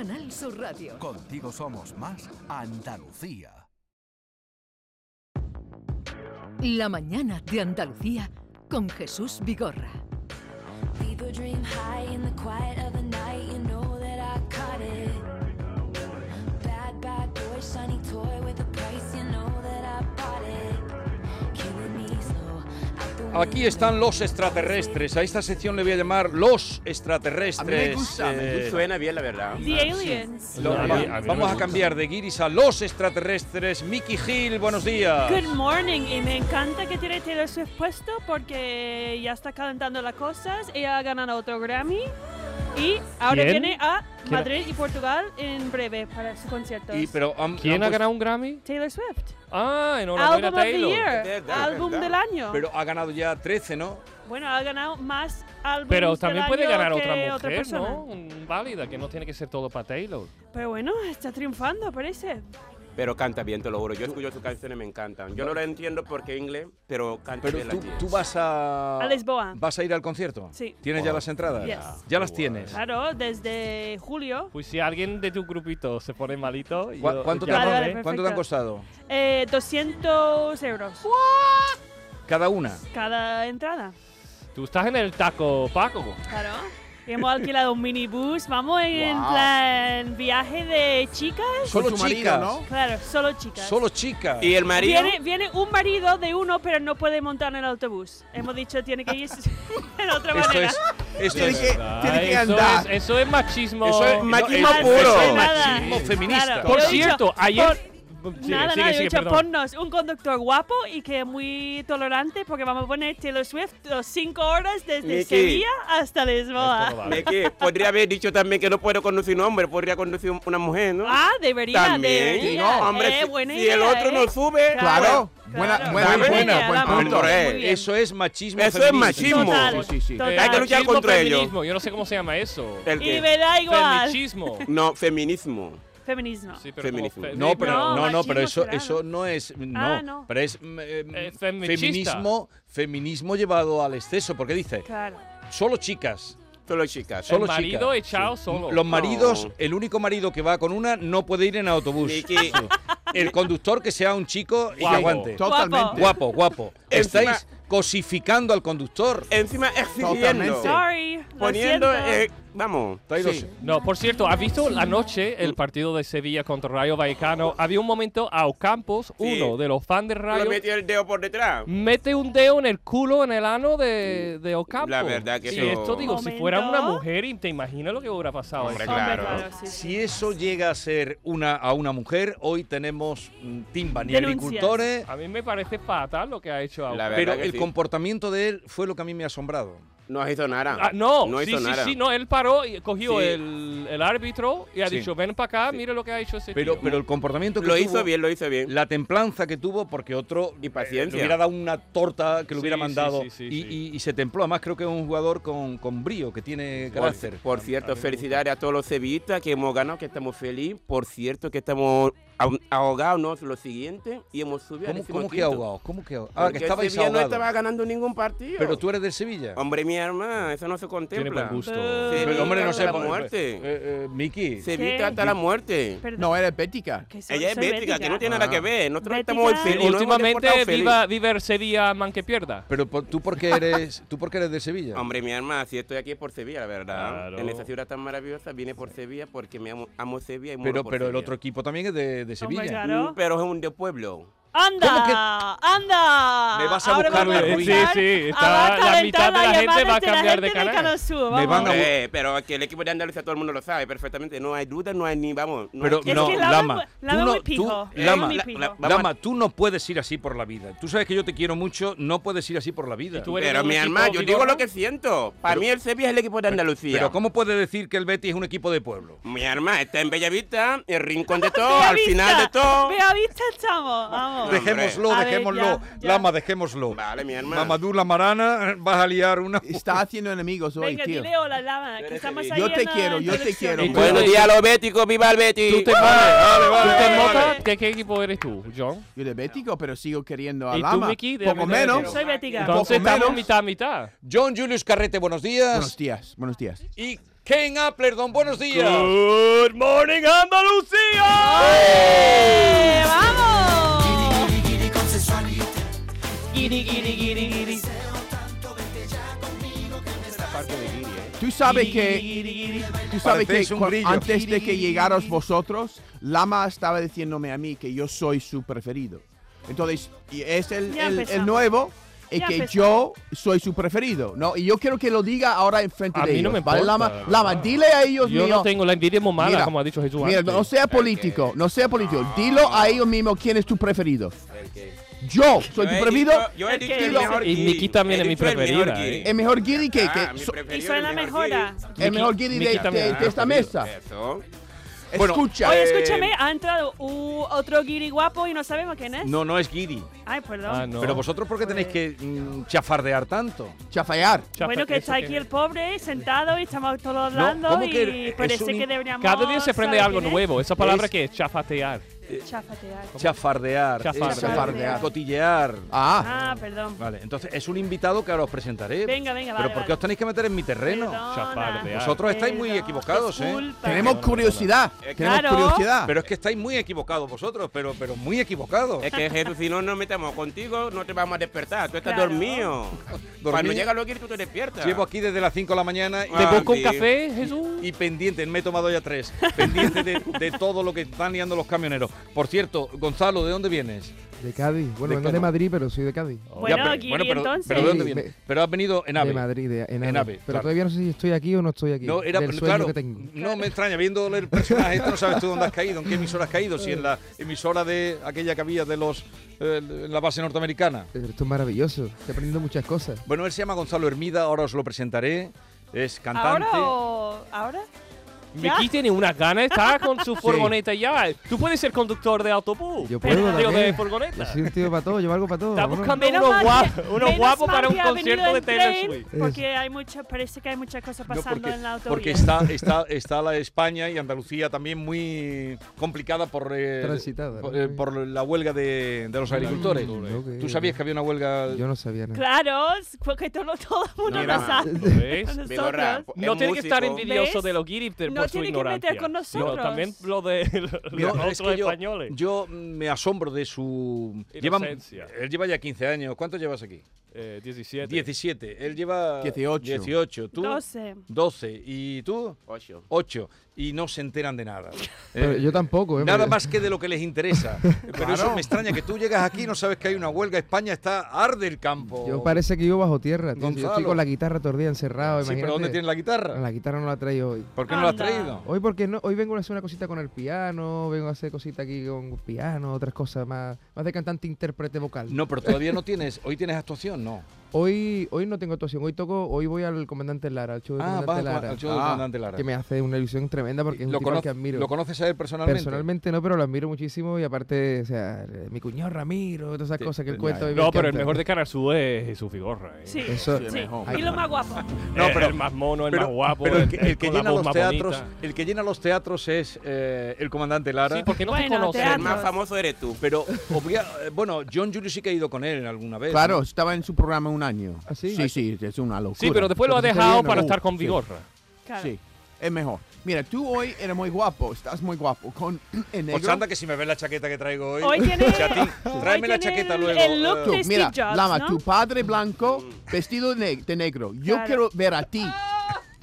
Speaker 1: Canal Sur Radio.
Speaker 13: Contigo somos más Andalucía.
Speaker 1: La mañana de Andalucía con Jesús Vigorra.
Speaker 14: People dream high in the quiet of the night. You know that I caught it. Bad, bad boy, shiny toy with a price. You know that I bought it. Killing me slow. Out the
Speaker 3: Aquí están los extraterrestres. A esta sección le voy a llamar los
Speaker 8: A mí me
Speaker 3: extraterrestres. Eh,
Speaker 8: gusta, me gusta. eh, Suena bien, la
Speaker 3: Oh.
Speaker 8: verdad.
Speaker 6: The aliens.
Speaker 3: Lo-
Speaker 8: A mí-
Speaker 3: va-
Speaker 8: a mí me
Speaker 3: vamos a
Speaker 8: gusta.
Speaker 3: cambiar de guiris a los extraterrestres. Mickey Hill, buenos días.
Speaker 6: Good morning y me encanta que tiene Taylor Swift puesto porque ya está calentando las cosas. Ella ha ganado otro Grammy y ahora
Speaker 4: ¿Quién?
Speaker 6: viene a
Speaker 4: ¿Quién ha-
Speaker 6: Madrid y Portugal en breve para su concierto.
Speaker 3: Y- pero pues, han-
Speaker 4: ¿Quién
Speaker 3: han
Speaker 4: ha
Speaker 3: puesto-
Speaker 4: ganado un Grammy?
Speaker 6: Taylor Swift.
Speaker 4: Ah, enhorabuena
Speaker 6: Album of the
Speaker 4: Taylor.
Speaker 6: Year, álbum del año.
Speaker 3: Pero ha ganado ya 13, ¿no?
Speaker 6: bueno, ha ganado más álbumes
Speaker 4: Pero
Speaker 6: del
Speaker 4: también puede
Speaker 6: año
Speaker 4: ganar
Speaker 6: que
Speaker 4: otra mujer,
Speaker 6: persona.
Speaker 4: ¿no? Un válida, que no tiene que ser todo para Taylor.
Speaker 6: Pero bueno, está triunfando, parece.
Speaker 8: Pero canta bien, te lo juro. Yo escucho sus canciones, me encantan. Yo no lo entiendo porque es inglés, pero canta
Speaker 3: Pero
Speaker 8: bien
Speaker 3: tú,
Speaker 8: las tías.
Speaker 3: tú vas a.
Speaker 6: A Lisboa.
Speaker 3: ¿Vas a ir al concierto?
Speaker 6: Sí.
Speaker 3: ¿Tienes ya las entradas?
Speaker 6: Yes.
Speaker 3: Ya las tienes.
Speaker 6: Claro, desde julio.
Speaker 4: Pues si alguien de tu grupito se pone malito.
Speaker 3: ¿Cu-
Speaker 4: yo-
Speaker 3: ¿Cuánto, te
Speaker 4: ya
Speaker 3: han,
Speaker 4: lo
Speaker 6: Vale,
Speaker 4: ve.
Speaker 6: vale,
Speaker 3: cuánto te han costado?
Speaker 6: Eh, 200 euros
Speaker 3: Cada una.
Speaker 6: cada entrada.
Speaker 4: Tú estás en el taco, Paco.
Speaker 6: Claro. Y hemos alquilado un minibús, vamos en
Speaker 4: Wow.
Speaker 6: plan viaje de chicas.
Speaker 3: Solo Con tu marido, chicas. ¿no?
Speaker 6: Claro, solo chicas.
Speaker 3: Solo chicas.
Speaker 8: ¿Y el marido?
Speaker 6: Viene, viene un marido de uno, pero no puede montar en el autobús. Hemos dicho, tiene que ir de otra
Speaker 3: Esto
Speaker 6: manera.
Speaker 3: es. Esto
Speaker 4: Tiene
Speaker 3: es-
Speaker 5: ah,
Speaker 4: que- tiene que Ah, Eso andar. es- eso es machismo.
Speaker 3: Eso es
Speaker 4: No,
Speaker 3: machismo
Speaker 4: eso es
Speaker 3: puro.
Speaker 4: nada.
Speaker 3: machismo feminista.
Speaker 6: Claro,
Speaker 4: Por
Speaker 6: yo he dicho,
Speaker 4: cierto, ayer. Sigue,
Speaker 6: Nada,
Speaker 4: sigue,
Speaker 6: nada, yo he
Speaker 4: sigue,
Speaker 6: dicho,
Speaker 4: perdón. Eh,
Speaker 6: ponnos un conductor guapo y que es muy tolerante porque vamos a poner Taylor Swift los cinco horas desde
Speaker 8: Miki.
Speaker 6: Sevilla hasta Lisboa.
Speaker 8: Miki, podría haber dicho también que no puedo conducir un hombre, podría conducir una mujer, ¿no?
Speaker 6: Ah, debería,
Speaker 8: También.
Speaker 6: debería.
Speaker 8: No, hombre,
Speaker 6: Eh,
Speaker 8: si-
Speaker 6: buena
Speaker 8: si el
Speaker 6: idea,
Speaker 8: otro
Speaker 6: eh.
Speaker 8: no sube,
Speaker 5: Claro.
Speaker 8: pues-
Speaker 5: Buena,
Speaker 8: Buena
Speaker 5: buena, buena,
Speaker 8: idea,
Speaker 5: buen
Speaker 8: vamos.
Speaker 5: punto.
Speaker 8: Hombre, Muy bien.
Speaker 3: Eso es machismo.
Speaker 8: Eso es
Speaker 3: feminista.
Speaker 8: machismo.
Speaker 6: Total,
Speaker 8: Sí, sí, sí.
Speaker 6: total.
Speaker 8: Hay que luchar
Speaker 4: Machismo,
Speaker 8: contra ello.
Speaker 4: feminismo, Yo no sé cómo se llama eso.
Speaker 8: ¿El
Speaker 6: Y
Speaker 8: qué?
Speaker 6: me da igual.
Speaker 4: Feminismo.
Speaker 8: No, feminismo.
Speaker 6: Feminismo.
Speaker 4: Sí, pero como
Speaker 8: Feminismo.
Speaker 4: fe-
Speaker 3: No, pero no, no, pero
Speaker 6: machismo
Speaker 3: eso,
Speaker 6: será,
Speaker 3: eso no es no,
Speaker 6: Ah, no.
Speaker 3: pero es mm, eh,
Speaker 4: Eh,
Speaker 3: mm,
Speaker 4: femichista.
Speaker 3: feminismo, feminismo llevado al exceso, porque dice
Speaker 6: Claro.
Speaker 3: solo chicas,
Speaker 8: Solo chicas.
Speaker 3: solo
Speaker 4: el marido
Speaker 3: chicas.
Speaker 4: echado solo.
Speaker 3: Los maridos, el único marido que va con una no puede ir en autobús.
Speaker 8: Miki.
Speaker 3: El conductor que sea un chico y que
Speaker 4: Guapo.
Speaker 3: aguante.
Speaker 5: Totalmente.
Speaker 3: Guapo, guapo.
Speaker 8: Encima-
Speaker 3: Estáis cosificando al conductor.
Speaker 8: Encima exigiendo.
Speaker 5: Totalmente.
Speaker 6: Sorry, lo
Speaker 8: Poniendo.
Speaker 6: siento.
Speaker 8: eh, vamos.
Speaker 3: Estáis los-
Speaker 5: Sí.
Speaker 4: No, por cierto, ¿has visto la noche el partido de Sevilla contra Rayo Vallecano? Había un momento a Ocampos, uno de los fans de Rayo,
Speaker 8: Le metió el dedo por detrás.
Speaker 4: mete un dedo en el culo, en el ano de, de Ocampos.
Speaker 8: La verdad que
Speaker 4: Y
Speaker 8: eso-
Speaker 4: esto digo, si
Speaker 6: Momento.
Speaker 4: fuera una mujer, y te imaginas lo que hubiera pasado.
Speaker 8: Hombre,
Speaker 4: Eso.
Speaker 8: claro.
Speaker 6: sí, sí.
Speaker 3: Si eso llega a ser una a una mujer, hoy tenemos mm, timba ni
Speaker 6: Denuncias.
Speaker 3: agricultores.
Speaker 4: A mí me parece fatal lo que ha hecho
Speaker 8: La
Speaker 4: Ocampos.
Speaker 8: verdad
Speaker 3: Pero
Speaker 8: que
Speaker 3: el
Speaker 8: sí.
Speaker 3: comportamiento de él fue lo que a mí me ha asombrado.
Speaker 8: No hizo nada.
Speaker 4: Ah, no,
Speaker 8: no
Speaker 4: sí,
Speaker 8: hizo
Speaker 4: sí,
Speaker 8: nada.
Speaker 4: sí, no, él paró y cogió
Speaker 8: Sí.
Speaker 4: el, el árbitro y ha
Speaker 3: Sí.
Speaker 4: dicho, ven para acá, mire lo que ha hecho ese
Speaker 3: Pero,
Speaker 4: tío".
Speaker 3: pero el comportamiento que
Speaker 8: Lo
Speaker 3: tuvo,
Speaker 8: hizo bien, lo hizo bien.
Speaker 3: la templanza que tuvo, porque otro
Speaker 8: Y
Speaker 3: eh, le
Speaker 8: paciencia.
Speaker 3: hubiera dado una torta que le
Speaker 4: Sí,
Speaker 3: hubiera
Speaker 4: sí,
Speaker 3: mandado
Speaker 4: sí, sí,
Speaker 3: y,
Speaker 4: sí.
Speaker 3: y- y se templó. Además, creo que es un jugador con, con brío, que tiene
Speaker 8: Por,
Speaker 3: carácter.
Speaker 8: por cierto, felicidades a todos los sevillistas que hemos ganado, que estamos felices. Por cierto, que estamos ahog- ahogados ¿no? lo siguiente y hemos subido al
Speaker 3: ¿Cómo,
Speaker 8: décimo
Speaker 3: cómo que
Speaker 8: quinto.
Speaker 3: ahogados? ¿Cómo que ahogados? Ah, que
Speaker 8: Porque
Speaker 3: estabais
Speaker 8: Sevilla no
Speaker 3: ahogados.
Speaker 8: estaba ganando ningún partido.
Speaker 3: Pero tú eres del Sevilla.
Speaker 8: Hombre, mi hermana, eso no se contempla.
Speaker 4: Tiene buen gusto.
Speaker 8: Sí.
Speaker 3: Pero, hombre, no sé.
Speaker 8: La
Speaker 3: pues,
Speaker 8: muerte.
Speaker 3: eh, eh, Miki.
Speaker 8: Sevilla
Speaker 6: ¿Qué?
Speaker 8: hasta la muerte.
Speaker 6: Perdón.
Speaker 5: No, eres bética.
Speaker 6: que soy-
Speaker 8: Ella es
Speaker 6: soy
Speaker 8: bética, que no tiene
Speaker 5: Ah.
Speaker 8: nada que ver. Nosotros
Speaker 6: Bética.
Speaker 8: estamos
Speaker 6: Sí,
Speaker 4: Sí,
Speaker 8: felices. nos hemos portado
Speaker 4: últimamente
Speaker 8: feliz.
Speaker 4: viva, vive el Sevilla man que pierda.
Speaker 3: Pero por- tú por qué eres, tú por qué eres del Sevilla.
Speaker 8: Hombre, mi hermana, si estoy aquí es por Sevilla, la verdad.
Speaker 4: Claro.
Speaker 8: En esa ciudad tan maravillosa vine por Sevilla porque me amo, amo Sevilla y muero
Speaker 3: pero
Speaker 8: por
Speaker 3: pero el
Speaker 8: Sevilla.
Speaker 3: otro equipo también es de, de
Speaker 6: Oh my
Speaker 3: Sevilla.
Speaker 6: God.
Speaker 8: Mm, Pero es un de pueblo.
Speaker 3: ¿Cómo que-
Speaker 6: ¡Anda! ¡Anda!
Speaker 3: Me vas a
Speaker 6: Ahora
Speaker 3: buscar
Speaker 6: vamos a
Speaker 3: la ruina.
Speaker 6: empezar
Speaker 4: Sí, sí,
Speaker 6: a
Speaker 4: está-
Speaker 6: bajar
Speaker 4: la
Speaker 6: ventana
Speaker 4: mitad de la gente
Speaker 6: llamadas
Speaker 4: va a
Speaker 6: de
Speaker 4: cambiar de canal.
Speaker 6: Sur,
Speaker 3: Me
Speaker 6: vamos.
Speaker 3: van a
Speaker 8: Hombre, pero que el equipo de Andalucía todo el mundo lo sabe perfectamente. No hay duda, no hay ni, vamos. No
Speaker 3: Pero
Speaker 8: hay-
Speaker 6: Es
Speaker 3: no,
Speaker 6: que Lama-
Speaker 3: Lama,
Speaker 6: Lama
Speaker 3: tú no,
Speaker 6: muy pijo,
Speaker 3: tú-
Speaker 6: Lama
Speaker 3: Lama,
Speaker 6: muy
Speaker 3: la-
Speaker 6: pijo.
Speaker 3: la- Lama, tú no puedes ir así por la vida. Tú sabes que yo te quiero mucho, no puedes ir así por la vida.
Speaker 4: Y tú eres
Speaker 8: Pero
Speaker 4: un
Speaker 8: mi
Speaker 4: equipo
Speaker 8: hermano, yo digo
Speaker 4: vigorra.
Speaker 8: lo que siento. Para
Speaker 3: Pero-
Speaker 8: mí el Sevilla es el equipo de Andalucía.
Speaker 3: Pero ¿cómo puedes decir que el Betis es un equipo de pueblo?
Speaker 8: Mi hermana está en Bellavista, el rincón de todo,
Speaker 6: Bella
Speaker 8: al final de
Speaker 6: Vista,
Speaker 8: todo.
Speaker 6: Bella Vista estamos, vamos.
Speaker 8: Hombre.
Speaker 3: Dejémoslo,
Speaker 6: A ver,
Speaker 3: dejémoslo.
Speaker 6: ya, ya.
Speaker 3: Lama, dejémoslo.
Speaker 8: Vale, mi hermana.
Speaker 3: Mamadou la marana, vas a liar una.
Speaker 5: Está haciendo enemigos hoy,
Speaker 6: Venga,
Speaker 5: tío.
Speaker 6: dile hola, Lama, que estamos ahí
Speaker 5: Yo te
Speaker 6: en la
Speaker 5: quiero, yo te
Speaker 6: introducción.
Speaker 5: quiero.
Speaker 4: Y tú-
Speaker 8: Buenos días, los béticos, viva el Betis.
Speaker 4: Tú te motas, tú te motas, ¿de qué equipo eres tú, John?
Speaker 5: Yo de bético, pero sigo queriendo a
Speaker 4: ¿Y tú,
Speaker 5: Lama.
Speaker 4: Miki, de-
Speaker 5: Poco
Speaker 4: de-
Speaker 5: menos.
Speaker 6: Soy bética.
Speaker 4: Entonces
Speaker 5: menos.
Speaker 4: estamos mitad a mitad.
Speaker 3: John Julius Carrete, buenos días.
Speaker 5: Buenos días, buenos días.
Speaker 3: Y Ken Appleton, buenos días.
Speaker 15: Good morning,
Speaker 6: ¡Eh,
Speaker 3: Andalucía.
Speaker 15: ¡Vamos!
Speaker 5: Tú sabes que, tú sabes que
Speaker 15: Parecéis un
Speaker 5: cu-
Speaker 15: grillo.
Speaker 5: antes de que llegaros vosotros, Lama estaba diciéndome a mí que yo soy su preferido. Entonces, y es el,
Speaker 15: Ya
Speaker 5: el- el
Speaker 15: empezamos.
Speaker 5: nuevo y
Speaker 15: Ya
Speaker 5: que
Speaker 15: empezamos.
Speaker 5: yo soy su preferido, ¿no? Y yo quiero que lo diga ahora enfrente
Speaker 4: A
Speaker 5: de
Speaker 4: mí no
Speaker 5: ellos,
Speaker 4: me
Speaker 5: ¿vale,
Speaker 4: importa,
Speaker 5: Lama,
Speaker 4: la verdad.
Speaker 5: Lama, dile a ellos
Speaker 4: Yo
Speaker 5: mío-
Speaker 4: no tengo la envidia es muy mala,
Speaker 5: Mira,
Speaker 4: como ha dicho Jesús.
Speaker 5: Mira,
Speaker 4: antes.
Speaker 5: no sea político, no sea político. Dilo a ellos mismos quién es tu preferido. Yo soy tu preferido. Dilo.
Speaker 4: Y Miki también es mi preferida. ¿eh?
Speaker 5: El mejor guiri que,
Speaker 8: Ah,
Speaker 5: que so-
Speaker 6: Y soy la mejora.
Speaker 3: Eh.
Speaker 5: el mejor guiri de,
Speaker 4: Miki
Speaker 5: de-
Speaker 4: también.
Speaker 5: de esta mesa. Escucha.
Speaker 6: Oye, escúchame, ha entrado u- otro guiri guapo y no sabemos quién es.
Speaker 3: No, no es Giri.
Speaker 6: Ay, perdón.
Speaker 4: Ah,
Speaker 3: Pero vosotros, ¿por qué tenéis que mm, chafardear tanto?
Speaker 5: eh, Chafallar.
Speaker 6: Bueno, que está aquí el pobre eh, sentado y estamos todos
Speaker 3: No,
Speaker 6: hablando
Speaker 3: ¿cómo
Speaker 6: y
Speaker 3: que es
Speaker 6: parece
Speaker 3: un-
Speaker 6: que deberíamos.
Speaker 4: Cada día se aprende
Speaker 6: ¿sabes
Speaker 4: algo
Speaker 6: quién es?
Speaker 4: nuevo. Esa palabra que es chafatear.
Speaker 6: Chafatear.
Speaker 3: Chafardear,
Speaker 4: Chafardear.
Speaker 3: es
Speaker 4: Chafardear.
Speaker 3: cotillear.
Speaker 6: Ah, perdón.
Speaker 3: Vale, entonces es un invitado que ahora os presentaré.
Speaker 6: Venga, venga,
Speaker 3: Pero
Speaker 6: vale,
Speaker 3: ¿por qué os tenéis que meter en mi terreno?
Speaker 6: ah.
Speaker 4: Chafardear.
Speaker 3: Vosotros estáis muy
Speaker 4: Perdón,
Speaker 3: equivocados, ¿eh? Ah,
Speaker 4: disculpa.
Speaker 5: Tenemos curiosidad,
Speaker 8: Es que-
Speaker 5: tenemos Claro. curiosidad.
Speaker 3: Pero es que estáis muy equivocados vosotros, pero, pero muy equivocados.
Speaker 8: Es que Jesús, si no nos metemos contigo, no te vamos a despertar. Tú estás
Speaker 3: Claro.
Speaker 8: dormido. Cuando
Speaker 3: Dormido.
Speaker 8: llega lo que tú te despiertas.
Speaker 3: Llevo aquí desde las 5 de la mañana. y-
Speaker 8: ¿Te
Speaker 6: Ah.
Speaker 8: busco un café,
Speaker 4: Jesús?
Speaker 3: Y pendiente, me he tomado ya tres. pendiente de, de todo lo que están liando los camioneros. Por cierto, Gonzalo, ¿de dónde vienes?
Speaker 16: De Cádiz. Bueno,
Speaker 3: De
Speaker 16: vengo de
Speaker 3: Cádiz.
Speaker 16: Madrid, pero soy de Cádiz.
Speaker 6: Bueno,
Speaker 3: pero,
Speaker 6: Guiri,
Speaker 3: bueno, pero,
Speaker 6: entonces.
Speaker 3: pero ¿de dónde
Speaker 16: Sí,
Speaker 3: vienes?
Speaker 16: me-
Speaker 3: Pero has venido en AVE.
Speaker 16: De Madrid, de, en, AVE. Pero
Speaker 3: claro.
Speaker 16: todavía no sé si estoy aquí o no estoy aquí.
Speaker 3: No, era,
Speaker 16: del
Speaker 3: pero
Speaker 16: sueño
Speaker 3: claro,
Speaker 16: que tengo.
Speaker 3: no me extraña, viendo el personaje esto no sabes tú dónde has caído, en qué emisora has caído, si en la emisora de aquella que había de los eh, en la base norteamericana.
Speaker 16: Esto es maravilloso. Estoy aprendiendo muchas cosas.
Speaker 3: Bueno, él se llama Gonzalo Hermida, ahora os lo presentaré, es cantante.
Speaker 6: ¿Ahora o ahora? ¿Ya?
Speaker 4: Miki tiene unas ganas, está con su furgoneta ya. Tú puedes ser conductor de autobús.
Speaker 16: Yo puedo,
Speaker 4: Tío
Speaker 16: Daniel.
Speaker 4: de furgoneta.
Speaker 16: Yo soy un tío para todo, yo valgo para todo.
Speaker 4: Está
Speaker 16: vámonos.
Speaker 4: buscando uno
Speaker 6: mal
Speaker 4: guapo,
Speaker 6: que-
Speaker 4: uno
Speaker 6: menos
Speaker 4: guapo
Speaker 6: mal
Speaker 4: para
Speaker 6: que
Speaker 4: un
Speaker 6: ha
Speaker 4: concierto
Speaker 6: venido
Speaker 4: de
Speaker 6: en
Speaker 4: Taylor
Speaker 6: tren,
Speaker 4: Swift.
Speaker 6: Porque hay mucho, parece que hay muchas cosas
Speaker 3: No,
Speaker 6: pasando en la autovía.
Speaker 3: porque está, está, está la España y Andalucía también muy complicada por, eh,
Speaker 16: Transitada,
Speaker 3: por,
Speaker 16: ¿no?
Speaker 3: eh, por la huelga de, de los agricultores.
Speaker 16: no, que-
Speaker 3: ¿Tú sabías que había una huelga?
Speaker 16: Yo no sabía nada.
Speaker 6: Claro, es- porque todo, todo el mundo
Speaker 3: Mira,
Speaker 6: lo sabe.
Speaker 16: ¿lo
Speaker 4: ¿Ves?
Speaker 6: Nosotros.
Speaker 4: No tiene que estar envidioso
Speaker 6: ¿Ves?
Speaker 4: de los guiris por
Speaker 6: No
Speaker 4: su
Speaker 6: tiene que
Speaker 4: ignorancia.
Speaker 6: meter con nosotros.
Speaker 4: No, también lo de los
Speaker 3: Mira,
Speaker 4: otros
Speaker 3: es que yo,
Speaker 4: españoles.
Speaker 3: yo me asombro de su... Llevan-
Speaker 4: Inocencia.
Speaker 3: él lleva ya 15 años. ¿Cuánto llevas aquí?
Speaker 4: Eh, 17.
Speaker 3: 17. Él lleva
Speaker 5: 18.
Speaker 3: 18. ¿Tú?
Speaker 6: 12.
Speaker 3: 12. ¿Y tú?
Speaker 8: 8.
Speaker 3: 8. Y no se enteran de nada.
Speaker 16: Pero
Speaker 3: Eh,
Speaker 16: yo tampoco, ¿eh?
Speaker 3: Nada
Speaker 16: porque-
Speaker 3: más que de lo que les interesa. Pero eso
Speaker 16: Claro.
Speaker 3: me extraña, que tú llegas aquí y no sabes que hay una huelga. España está arde el campo.
Speaker 16: Yo parece que vivo bajo tierra. tío. Yo estoy
Speaker 3: Gonzalo.
Speaker 16: con la guitarra todo el día encerrado.
Speaker 3: Sí, pero
Speaker 16: imagínate.
Speaker 3: ¿dónde tienes la guitarra?
Speaker 16: La guitarra no la traigo hoy.
Speaker 3: ¿Por qué no la has Anda. traído?
Speaker 16: Hoy porque no, hoy vengo a hacer una cosita con el piano, vengo a hacer cosita aquí con piano, otras cosas más, más de cantante intérprete vocal.
Speaker 3: No, pero todavía no tienes. Hoy tienes actuación, no.
Speaker 16: Hoy, hoy no tengo actuación, hoy toco, hoy voy al comandante Lara, al show del
Speaker 3: Ah, vas
Speaker 16: comandante
Speaker 3: al-
Speaker 16: Lara.
Speaker 3: al show del Ah. Comandante Lara.
Speaker 16: Que me hace una ilusión tremenda porque es un
Speaker 3: ¿Lo,
Speaker 16: tipo al
Speaker 3: cono-
Speaker 16: que admiro.
Speaker 3: ¿Lo conoces a él personalmente?
Speaker 16: Personalmente no, pero lo admiro muchísimo y aparte, o sea, eh, mi cuñado Ramiro, todas esas
Speaker 4: Sí,
Speaker 16: cosas que él
Speaker 4: ya,
Speaker 16: cuenta.
Speaker 4: ya.
Speaker 16: y me
Speaker 4: No, pero el
Speaker 16: encanta.
Speaker 4: mejor de Canasú es Jesús Figorra. ¿eh?
Speaker 6: Sí,
Speaker 16: Eso-
Speaker 6: sí.
Speaker 16: Sí, mejor.
Speaker 6: Y lo más guapo.
Speaker 4: No, pero el más mono, el
Speaker 3: Pero-
Speaker 4: más guapo.
Speaker 3: pero el que, el que
Speaker 4: con la
Speaker 3: llena
Speaker 4: voz
Speaker 3: los
Speaker 4: más
Speaker 3: teatros,
Speaker 4: bonita.
Speaker 3: el que llena los teatros es eh, el comandante Lara.
Speaker 4: Sí, porque no te Bueno, conoce.
Speaker 8: El más
Speaker 4: teatros.
Speaker 8: famoso eres tú.
Speaker 3: Pero, obvia- eh, bueno, John Julius sí que ha ido con él alguna vez.
Speaker 5: Claro,
Speaker 3: ¿no?
Speaker 5: Eh, estaba en su programa un año.
Speaker 16: ¿Ah, sí?
Speaker 5: Sí, sí, es una locura.
Speaker 4: Sí, pero después lo ha dejado para estar con
Speaker 5: Sí.
Speaker 4: Vigorra.
Speaker 6: Claro.
Speaker 5: Sí, es mejor. Mira, tú hoy eres muy guapo, estás muy guapo. Con el negro.
Speaker 3: Pues anda que si me ves la chaqueta que traigo hoy.
Speaker 5: Hoy tiene-
Speaker 3: Chatín,
Speaker 5: hoy
Speaker 3: tráeme la
Speaker 5: tiene
Speaker 3: chaqueta
Speaker 5: el-
Speaker 3: luego.
Speaker 5: el
Speaker 3: eh.
Speaker 5: Tú, mira, Lama, tu padre blanco vestido de, ne- de negro. Yo
Speaker 3: Claro.
Speaker 5: quiero ver a ti.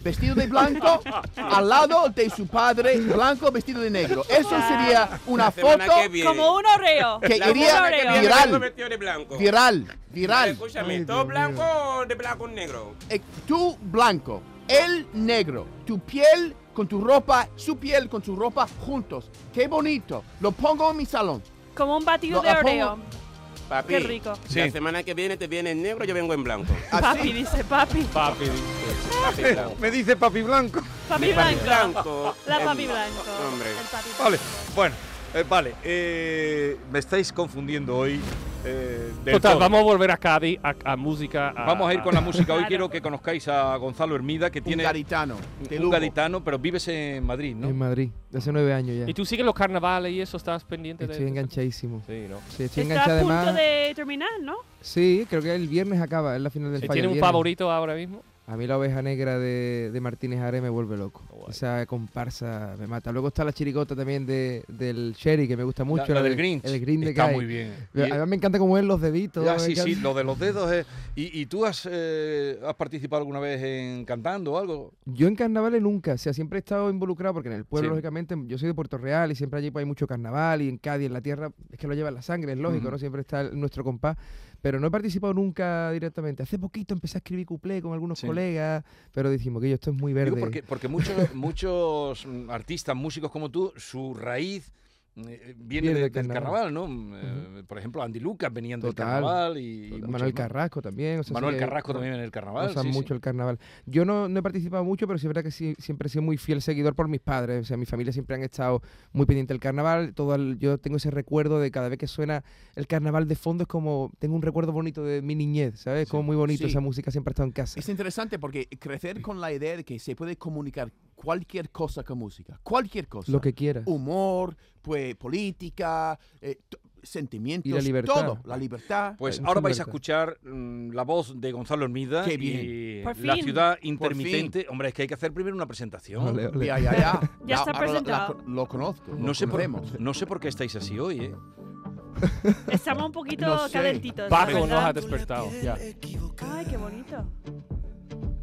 Speaker 5: Vestido de blanco al lado de su padre blanco vestido de negro. Eso sería una
Speaker 8: La semana
Speaker 5: foto
Speaker 8: que viene. Como un
Speaker 6: oreo.
Speaker 5: que
Speaker 8: La
Speaker 5: iría
Speaker 8: semana que viene vengo
Speaker 5: viral.
Speaker 8: vestido de blanco.
Speaker 5: Viral, viral.
Speaker 8: Escúchame, ¿todo blanco o de blanco o negro?
Speaker 5: Eh, tú blanco, él negro, tu piel con tu ropa, su piel con su ropa juntos. Qué bonito. Lo pongo en mi salón.
Speaker 6: Como un batido
Speaker 5: Lo-
Speaker 6: de
Speaker 5: la pongo-
Speaker 6: oreo.
Speaker 8: Papi,
Speaker 6: Qué rico.
Speaker 8: la
Speaker 5: Sí.
Speaker 8: semana que viene te viene en negro, yo vengo en blanco.
Speaker 6: Papi, dice papi.
Speaker 4: Papi,
Speaker 8: papi blanco.
Speaker 3: Eh, Me dice papi blanco.
Speaker 6: Papi
Speaker 8: Mi papi
Speaker 6: blanco.
Speaker 8: blanco.
Speaker 6: La
Speaker 8: El-
Speaker 6: papi blanco.
Speaker 8: Hombre.
Speaker 6: El papi blanco.
Speaker 3: Vale, bueno, eh, vale. eh, me estáis confundiendo hoy. eh, del
Speaker 4: Total,
Speaker 3: todo.
Speaker 4: vamos a volver a Cádiz, a, a música.
Speaker 3: Vamos a ir con la música. Hoy quiero que conozcáis a Gonzalo Hermida, que tiene.
Speaker 5: gaditano.
Speaker 4: de
Speaker 3: Un
Speaker 4: Lugo.
Speaker 3: gaditano, pero vives en Madrid, ¿no?
Speaker 16: En Madrid, de hace nueve años ya.
Speaker 4: ¿Y tú sigues los carnavales y eso? ¿Estás pendiente de
Speaker 16: Estoy enganchadísimo.
Speaker 4: Sí, ¿no?
Speaker 16: Sí, estoy
Speaker 6: Está a
Speaker 16: enganchado
Speaker 6: punto
Speaker 16: además.
Speaker 6: de terminar, ¿no?
Speaker 16: Sí, creo que el viernes acaba, es la final del
Speaker 4: Eh,
Speaker 16: fallo.
Speaker 4: ¿Tiene un favorito ahora mismo?
Speaker 16: A mí la oveja negra de, de Martínez Are me vuelve loco. Esa comparsa me mata. Luego está la chirigota también de, del Sherry, que me gusta mucho.
Speaker 3: la del
Speaker 16: Green
Speaker 3: Grinch.
Speaker 16: El Grinch de
Speaker 3: Está
Speaker 16: Kai.
Speaker 3: muy bien.
Speaker 16: Pero
Speaker 3: Y-
Speaker 16: Además me encanta cómo es los deditos.
Speaker 3: Ya,
Speaker 16: me
Speaker 3: sí, sí,
Speaker 16: encanta.
Speaker 3: lo de los dedos es... ¿Y, y tú has, eh, has participado alguna vez en cantando o algo?
Speaker 16: Yo en carnavales nunca, o sea, siempre he estado involucrado porque en el pueblo,
Speaker 3: Sí.
Speaker 16: lógicamente, yo soy de Puerto Real y siempre allí pues, hay mucho carnaval y en Cádiz, en la tierra, es que lo lleva en la sangre, es lógico,
Speaker 3: Ujú.
Speaker 16: ¿no? Siempre está el- nuestro compás, pero no he participado nunca directamente. Hace poquito empecé a escribir cuplé con algunos colegas, pero dijimos que esto es muy verde.
Speaker 3: Digo porque, porque muchos, muchos mm, artistas, músicos como tú, su raíz mm, eh, viene
Speaker 16: Viene
Speaker 3: de-
Speaker 16: del
Speaker 3: del
Speaker 16: carnaval.
Speaker 3: carnaval, ¿no? Mm, eh, Por ejemplo, Andy Lucas venían del
Speaker 16: Total.
Speaker 3: carnaval y... y
Speaker 16: Total.
Speaker 3: muchos
Speaker 16: Manuel
Speaker 3: más.
Speaker 16: Carrasco también. o sea, sí
Speaker 3: Manuel
Speaker 16: que
Speaker 3: Carrasco
Speaker 16: nos-
Speaker 3: también en el carnaval.
Speaker 16: Usan
Speaker 3: sí, sí.
Speaker 16: mucho el carnaval. Yo no, no he participado mucho, pero sí es verdad que sí- siempre he sido muy fiel seguidor por mis padres. O sea, mi familia siempre han estado muy pendiente del carnaval. Todo el- yo tengo ese recuerdo de cada vez que suena el carnaval de fondo es como, tengo un recuerdo bonito de mi niñez, ¿sabes? Como muy bonito,
Speaker 5: Sí.
Speaker 16: esa música siempre ha estado en casa.
Speaker 5: Es interesante porque crecer con la idea de que se puede comunicar cualquier cosa con música, cualquier cosa.
Speaker 16: Lo que quieras.
Speaker 5: Humor, pues política, eh, to- sentimientos,
Speaker 3: Y la libertad.
Speaker 5: todo, la libertad.
Speaker 3: Pues ahora vais a escuchar mm, la voz de Gonzalo Hermida
Speaker 5: Qué
Speaker 3: y
Speaker 5: bien. Por
Speaker 3: la
Speaker 5: fin.
Speaker 3: ciudad
Speaker 5: Por fin.
Speaker 3: intermitente. Hombre, es que hay que hacer primero una presentación.
Speaker 5: Ole, ole. Ya, ya, ya. Ya está
Speaker 3: ahora la-
Speaker 5: presentado. lo conozco.
Speaker 3: No sé, por, no sé por qué estáis así hoy, ¿eh?
Speaker 6: Estamos un poquito
Speaker 3: No sé.
Speaker 6: calentitos.
Speaker 3: Paco
Speaker 6: la verdad.
Speaker 3: nos ha despertado.
Speaker 4: Ya.
Speaker 6: Ay, qué bonito.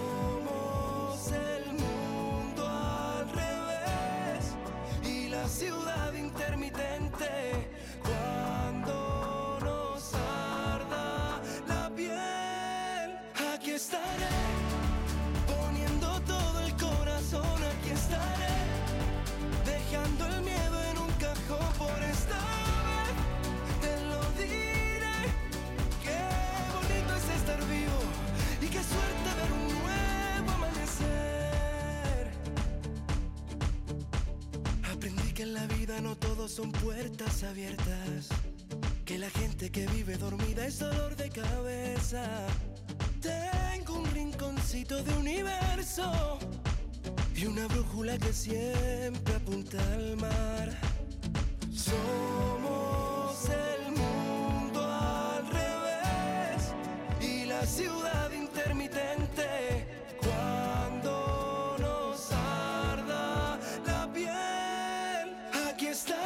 Speaker 17: Somos el mundo al revés y la ciudad intermitente cuando nos arda la piel. Aquí estaré poniendo todo el corazón, aquí estaré dejando el miedo en un cajón por esta vez. Te lo diré, qué bonito es estar vivo. Y qué suerte ver un nuevo amanecer. Aprendí que en la vida no todos son puertas abiertas. Que la gente que vive dormida es dolor de cabeza. Tengo un rinconcito de universo y una brújula que siempre apunta al mar. Somos el mundo al revés y la ciudad intermitente cuando nos arda la piel. Aquí estaré.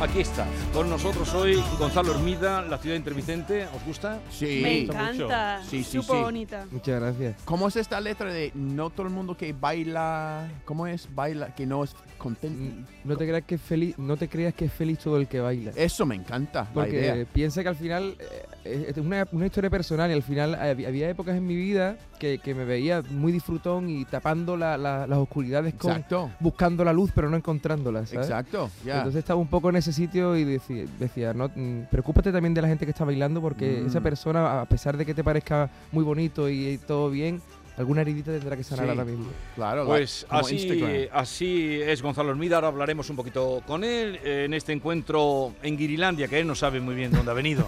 Speaker 3: Aquí está, con nosotros hoy Gonzalo Hermida, la ciudad intermitente. ¿Os gusta?
Speaker 5: Sí.
Speaker 6: Me encanta. Súper bonita.
Speaker 16: Muchas gracias.
Speaker 5: ¿Cómo es esta letra de no todo el mundo que baila? ¿Cómo es baila que no es contento?
Speaker 16: No te creas que es feliz, no te creas que es feliz todo el que baila.
Speaker 5: Eso me encanta.
Speaker 16: Porque
Speaker 5: la idea.
Speaker 16: piensa que al final eh, eh, es una, una historia personal y al final hab- había épocas en mi vida que, que me veía muy disfrutón y tapando la- la- las oscuridades con
Speaker 5: Exacto.
Speaker 16: buscando la luz pero no encontrándola. ¿sabes?
Speaker 5: Exacto, ya.
Speaker 16: Entonces estaba un poco en ese sitio y decía, decía no, mm, preocúpate también de la gente que está bailando porque
Speaker 5: Mm.
Speaker 16: esa persona, a pesar de que te parezca muy bonito y eh, todo bien, alguna heridita tendrá que sanar
Speaker 5: Sí,
Speaker 16: ahora mismo.
Speaker 5: Claro,
Speaker 3: Pues
Speaker 5: como
Speaker 3: así,
Speaker 5: Instagram.
Speaker 3: así es Gonzalo Hermida, ahora hablaremos un poquito con él eh, en este encuentro en Guirilandia, que él no sabe muy bien dónde ha venido.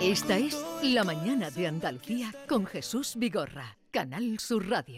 Speaker 1: Esta es La Mañana de Andalucía con Jesús Vigorra, Canal Sur Radio.